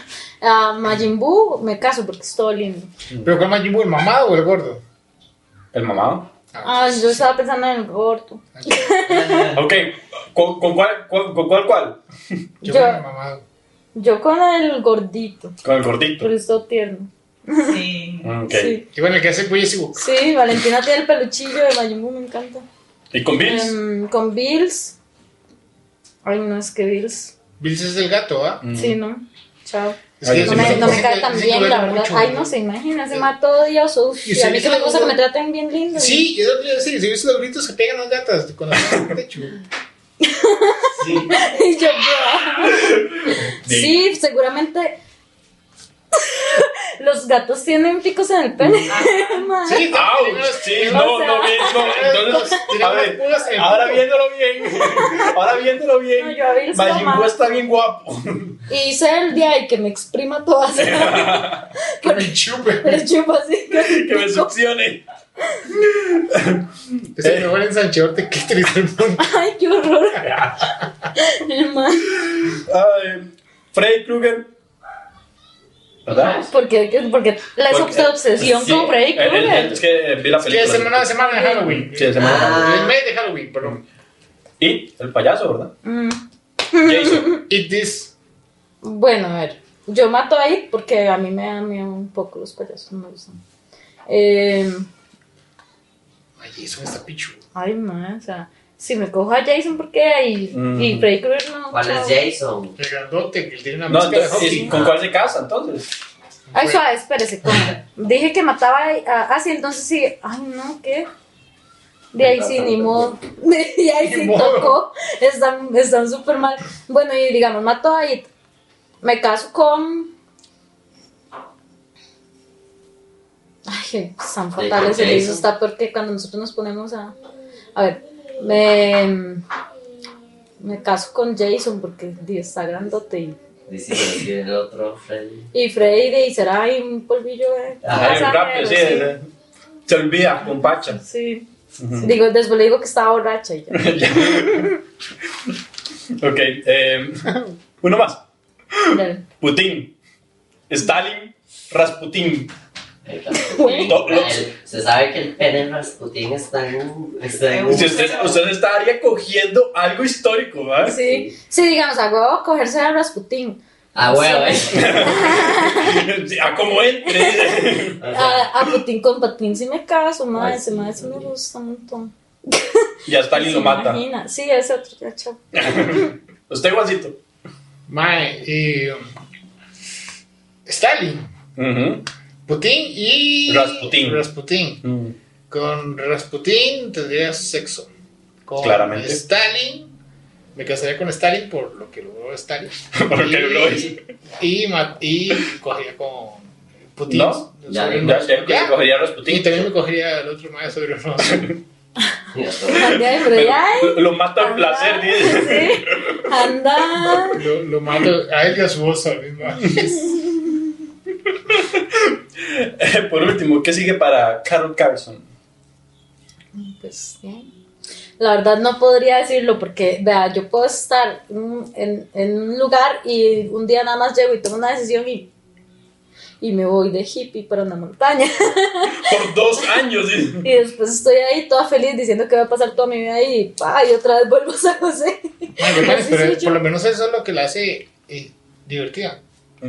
Speaker 2: A Majin Buu me caso porque es todo lindo.
Speaker 1: ¿Pero cuál Majin Buu, el mamado o el gordo?
Speaker 5: El mamado.
Speaker 2: Ah, yo estaba pensando en el gordo.
Speaker 1: Ah.
Speaker 5: Ok, ¿con, con cuál, cuál- con cuál cuál?
Speaker 1: Yo,
Speaker 2: Yo-
Speaker 1: con el mamado.
Speaker 2: Yo con el gordito,
Speaker 5: Con el gordito.
Speaker 2: porque es todo tierno.
Speaker 6: Sí.
Speaker 5: Ok.
Speaker 1: Y bueno, el que hace cuello es Ibu.
Speaker 2: Sí. sí, Valentina tiene el peluchillo de Majin Buu, me encanta.
Speaker 5: ¿Y con Bills?
Speaker 2: Em, con Bills. Ay, no, es que Bills.
Speaker 1: Bills es el gato, ¿ah?
Speaker 2: Sí, ¿no? Chao.
Speaker 1: Es que
Speaker 5: Ay,
Speaker 2: No
Speaker 5: Mm. sí,
Speaker 2: me,
Speaker 5: sí,
Speaker 2: no me
Speaker 5: sí,
Speaker 2: cae tan bien, la verdad. Ay, no se imagina, se mata todo día uf,
Speaker 1: Y
Speaker 2: Y
Speaker 1: se
Speaker 2: a mí que me
Speaker 1: dice-
Speaker 2: gusta que me traten bien lindo.
Speaker 1: Sí, yo te decir, si viste los gritos que pegan las gatas con
Speaker 2: [laughs]
Speaker 1: la mano en el techo. [laughs]
Speaker 4: Sí.
Speaker 2: Y yo, bro.
Speaker 5: Sí.
Speaker 2: Sí, seguramente. [laughs] Los gatos tienen picos en el pene.
Speaker 5: Ah.
Speaker 2: [laughs] Ma.
Speaker 1: Sí,
Speaker 5: ¡Auch!
Speaker 1: tienen unas-
Speaker 5: Sí,
Speaker 1: tienen
Speaker 5: no,
Speaker 2: Em, o sea-
Speaker 5: no, bien,
Speaker 2: [laughs]
Speaker 5: no. Entonces,
Speaker 1: tienen
Speaker 5: a
Speaker 1: unas
Speaker 5: ver,
Speaker 1: pulgas en el
Speaker 5: ahora
Speaker 1: culo.
Speaker 5: viéndolo bien,
Speaker 1: [laughs]
Speaker 5: ahora viéndolo
Speaker 2: No,
Speaker 5: bien,
Speaker 2: yo a Bills lo
Speaker 5: Majin Buu
Speaker 2: mato.
Speaker 5: está bien guapo. [laughs]
Speaker 2: Y hice el día y que me exprima todas.
Speaker 1: Que me chupe.
Speaker 2: el chupo así.
Speaker 5: Que me succione.
Speaker 1: Es el mejor ensanchador de clítoris del
Speaker 5: [laughs]
Speaker 1: mundo.
Speaker 2: Ay, qué horror. Ma,
Speaker 5: Ay, Freddy Krueger. ¿Verdad?
Speaker 2: Porque, porque la es
Speaker 5: Porque-
Speaker 2: obs- obsesión
Speaker 5: sí,
Speaker 2: con Freddy
Speaker 5: eh, eh,
Speaker 2: Krueger.
Speaker 5: Es que eh, vi la
Speaker 1: Que
Speaker 5: película.
Speaker 1: es semana a semana de Halloween.
Speaker 5: Sí, de semana.
Speaker 4: Ah.
Speaker 1: El mes de Halloween, perdón.
Speaker 5: Y el payaso, ¿verdad?
Speaker 2: Mm,
Speaker 5: Jason.
Speaker 1: It is.
Speaker 2: Bueno, a ver. Yo mato ahí porque a mí me dan miedo un poco los payasos. No me gustan. Eh,
Speaker 1: Ay, Jason está pichu.
Speaker 2: Ay, ma, o sea, si me cojo a Jason, ¿por qué? Y,
Speaker 5: Mm.
Speaker 2: y Freddy Krueger no.
Speaker 4: ¿Cuál
Speaker 2: Oh, chao.
Speaker 4: es Jason?
Speaker 1: El grandote, que tiene una
Speaker 5: No,
Speaker 1: máscara de
Speaker 5: entonces,
Speaker 1: hockey.
Speaker 5: ¿y ¿con cuál se casa entonces?
Speaker 2: Ay, suave, Ah, espérese, ¿cómo? Dije que mataba a. Ah, sí, entonces sí. Ay, no, ¿qué? De ahí sí, ni modo. [laughs] De ahí
Speaker 1: Ni
Speaker 2: sí
Speaker 1: modo.
Speaker 2: tocó. Están están súper mal. Bueno, y digamos, mato a It. Me caso con. Ay, están fatales.
Speaker 4: con
Speaker 2: El hizo
Speaker 4: Jason.
Speaker 2: está porque cuando nosotros nos ponemos a. A ver, me. Me caso con Jason porque di, está grandote y.
Speaker 4: Dice que tiene el otro Freddy.
Speaker 2: Y Freddy de será ahí un polvillo de
Speaker 4: Ajá,
Speaker 5: Ay,
Speaker 2: pasajero,
Speaker 5: rápido, sí. eh, Se olvida, con Pacha. [laughs]
Speaker 2: Sí. Digo, después le digo que estaba borracha y ya.
Speaker 5: Ok, eh, uno más.
Speaker 2: Dale.
Speaker 5: Putin. Stalin. Rasputin.
Speaker 4: Ahí está.
Speaker 2: Güey.
Speaker 5: No, no.
Speaker 4: El- Se sabe que el pene de Rasputin está en. Está en
Speaker 5: Si usted, usted estaría cogiendo algo histórico, ¿verdad?
Speaker 2: Sí. sí, digamos, a huevo cogerse a Rasputín.
Speaker 4: Ah, huevo, eh.
Speaker 5: [laughs]
Speaker 4: [laughs]
Speaker 5: Sí, A como entre. [laughs]
Speaker 4: O sea,
Speaker 2: A, a Putin con Patín sí me caso, madre,
Speaker 4: Ay,
Speaker 2: ese
Speaker 4: sí,
Speaker 2: madre sí me
Speaker 4: también.
Speaker 2: gusta un montón.
Speaker 5: Y a Stalin
Speaker 2: ¿Se
Speaker 5: lo mata.
Speaker 2: Imagina. Sí, ese otro ya, chao. [laughs]
Speaker 5: Usted, Juancito.
Speaker 1: Mae, eh, Stalin,
Speaker 5: Ujú.
Speaker 1: Putin y.
Speaker 5: Rasputin.
Speaker 1: Rasputin.
Speaker 5: Mm.
Speaker 1: Con Rasputin tendrías sexo. Con
Speaker 5: Claramente.
Speaker 1: Stalin Me casaría con Stalin por lo que logró Stalin.
Speaker 5: [laughs] Por lo que logró eso.
Speaker 1: Y, ma- y cogería con Putin.
Speaker 5: ¿No?
Speaker 4: Ya,
Speaker 1: Sobre-
Speaker 5: Ya, ya,
Speaker 1: ya.
Speaker 5: cogería a
Speaker 1: Y
Speaker 5: Rasputin.
Speaker 1: también me cogería al otro maestro [laughs] sobre Rosas.
Speaker 4: Mira, todo.
Speaker 2: Andá, pero ya,
Speaker 5: [laughs] Lo- Lo mata al placer, dice. [laughs]
Speaker 2: Sí,
Speaker 1: [laughs]
Speaker 2: anda.
Speaker 1: Lo, lo mato a él y a su voz a la misma.
Speaker 5: Eh, Por último, ¿qué sigue para Carol Carson?
Speaker 2: Pues bien. La verdad no podría decirlo porque, vea, yo puedo estar mm, en, en un lugar y un día nada más llego y tomo una decisión y, y me voy de hippie para una montaña. [laughs]
Speaker 5: Por dos años, dice.
Speaker 2: Y después estoy ahí toda feliz diciendo que voy a pasar toda mi vida ahí y, pa, y otra vez vuelvo a San José. [laughs]
Speaker 1: Madre, madre,
Speaker 2: Así soy
Speaker 1: pero
Speaker 2: yo.
Speaker 1: por lo menos eso es lo que la hace eh, divertida.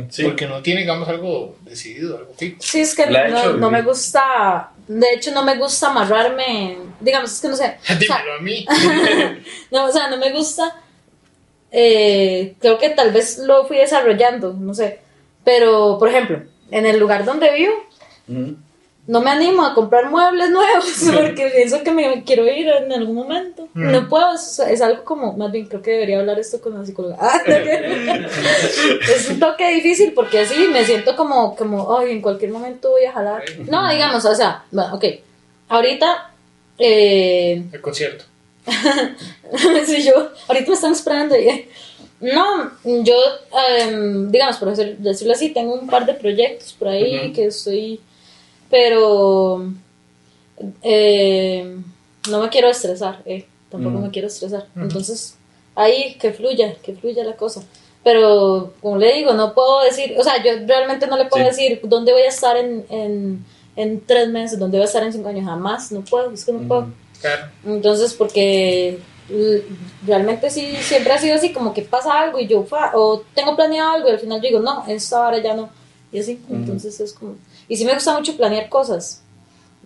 Speaker 5: Sí.
Speaker 1: Porque no tiene, digamos, algo decidido, algo fijo. [laughs]
Speaker 2: Sí, es que
Speaker 5: La he
Speaker 2: no,
Speaker 5: hecho,
Speaker 2: no
Speaker 5: sí.
Speaker 2: me gusta, de hecho no me gusta amarrarme, en- digamos, es que no sé, o sea,
Speaker 1: Dímelo a mí.
Speaker 2: no, o sea, no me gusta, eh, creo que tal vez lo fui desarrollando, no sé, pero por ejemplo, en el lugar donde vivo,
Speaker 5: Ujú.
Speaker 2: no me animo a comprar muebles [laughs] nuevos porque pienso que me quiero ir en algún momento.
Speaker 1: Mm.
Speaker 2: No puedo, o sea, es algo como, más bien creo que debería hablar esto con la psicóloga. [laughs] Ah, no, que- es un toque difícil porque así me siento como, como, ay, en cualquier momento voy a jalar. No, digamos, o sea, bueno, ok. Ahorita, eh,
Speaker 1: El concierto.
Speaker 2: [laughs] sí, yo, ahorita me están esperando. y- No, yo, em, digamos, por decir- decirlo así, tengo un par de proyectos por ahí
Speaker 5: Ujú.
Speaker 2: que estoy, pero em, no me quiero estresar, eh, tampoco
Speaker 5: Mm. Ujú.
Speaker 2: me quiero estresar.
Speaker 1: Ujú.
Speaker 2: Entonces, ahí que fluya, que fluya la cosa. Pero, como le digo, no puedo decir, o sea, yo realmente no le puedo
Speaker 5: Sí.
Speaker 2: decir dónde voy a estar en, en, en tres meses, dónde voy a estar en cinco años, jamás, no puedo, es que no puedo.
Speaker 1: Claro.
Speaker 2: Entonces, porque l- realmente sí, siempre ha sido así, como que pasa algo y yo, fa- o tengo planeado algo y al final yo digo, no, esto ahora ya no. Y así,
Speaker 5: Ujú.
Speaker 2: entonces es como... Y sí me gusta mucho planear cosas.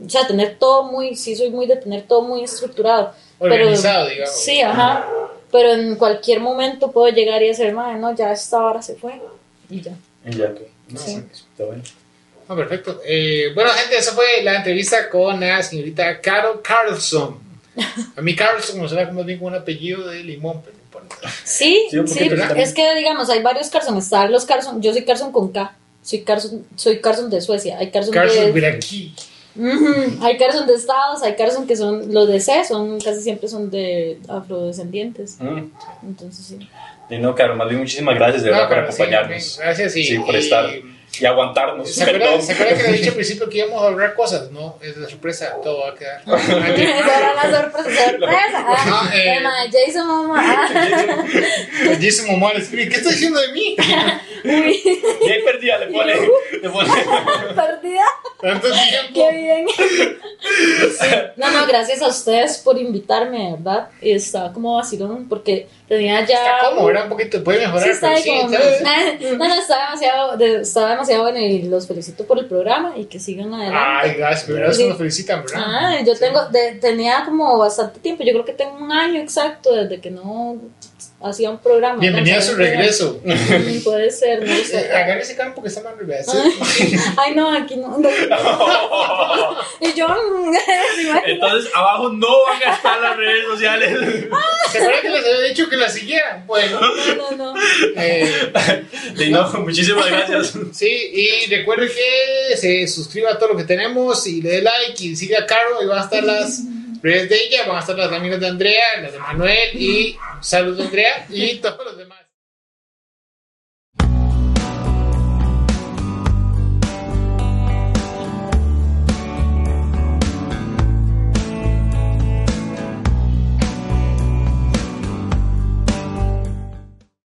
Speaker 2: O sea, tener todo muy, sí soy muy de tener todo muy estructurado.
Speaker 1: Organizado,
Speaker 2: pero,
Speaker 1: digamos.
Speaker 2: Sí, ajá. Pero en cualquier momento puedo llegar y hacer, "Mae, no, ya esta hora se fue. Y ya.
Speaker 5: Y ya. No, pues,
Speaker 2: Sí.
Speaker 5: Está bueno.
Speaker 1: Ah, perfecto. Eh, bueno, gente, esa fue la entrevista con la señorita Carol Carlson. A mí Carlson me suena como bien como un apellido de limón, pero no importa.
Speaker 2: Sí,
Speaker 5: Sí, un
Speaker 2: sí,
Speaker 5: poquito, ¿verdad?
Speaker 2: es que digamos, hay varios Carson. Está los Carson, yo soy Carson con K. Soy Carson, soy Carson de Suecia. Hay Carson,
Speaker 1: Carlson
Speaker 2: de
Speaker 1: Viraki.
Speaker 2: Ujú, Hay Carson de Estados, hay Carson que son los de C, son casi siempre son de afrodescendientes.
Speaker 5: Mm.
Speaker 2: Entonces sí. [laughs]
Speaker 5: Y no, Carol, más bien muchísimas gracias de
Speaker 1: No,
Speaker 5: verdad por
Speaker 1: pero sí,
Speaker 5: acompañarnos.
Speaker 1: bien, gracias y,
Speaker 5: Sí, por
Speaker 1: y-
Speaker 5: estar. Y aguantarnos.
Speaker 1: ¿Se acuerdan
Speaker 5: perdón.
Speaker 1: ¿se acuerdan que le he dicho al principio que íbamos a hablar cosas? No, es de sorpresa, todo va a
Speaker 5: [laughs]
Speaker 1: quedar.
Speaker 2: Esa
Speaker 1: [laughs]
Speaker 2: era la sorpresa, sorpresa. Ah,
Speaker 1: No, eh.
Speaker 2: tema de Jason Momoa. Ah, [laughs]
Speaker 1: Jason Momoa le escribe, ¿qué está diciendo de mí? [laughs]
Speaker 2: uy,
Speaker 5: [laughs] Y ahí perdida le pone. le pone.
Speaker 2: perdida.
Speaker 1: Tanto
Speaker 2: Qué
Speaker 1: tiempo.
Speaker 2: bien. Sí. No, no, gracias a ustedes por invitarme, de ¿verdad? Y estaba como vacilón porque tenía ya.
Speaker 1: Está cómodo, era un poquito, puede mejorar,
Speaker 2: Sí, está
Speaker 1: pero
Speaker 2: ahí
Speaker 1: sí,
Speaker 2: como-
Speaker 1: ¿sabes?
Speaker 2: [laughs] No, no, está demasiado, de- está demasiado bueno y los felicito por el programa y que sigan adelante.
Speaker 1: Ay, gracias, primero vez que nos felicitan, ¿verdad?
Speaker 2: Ah, yo tengo, de- tenía como bastante tiempo, yo creo que tengo un año exacto desde que no hacía un programa. ¿no?
Speaker 1: Bienvenido a su
Speaker 2: Sabía que-
Speaker 1: regreso.
Speaker 2: Mm, Puede ser,
Speaker 1: [laughs]
Speaker 2: no
Speaker 1: Eh,
Speaker 2: sé.
Speaker 1: Agarra ese campo que está mal revés.
Speaker 2: Ay, no, aquí no.
Speaker 1: [laughs]
Speaker 2: [laughs] Y yo, [laughs] mm, ¿se imagina?
Speaker 5: Entonces, abajo no van a estar las redes
Speaker 1: [laughs]
Speaker 5: sociales.
Speaker 1: ¿Se acuerdan que les había dicho que la siguieran? Bueno,
Speaker 2: no, no, no.
Speaker 1: eh,
Speaker 5: Y no, muchísimas gracias.
Speaker 1: sí, y recuerden que se suscriba a todo lo que tenemos y le dé like y siga a Caro. Y van a estar las redes de ella, van a estar las láminas de Andrea, las de Manuel y saludos de Andrea y todos los demás.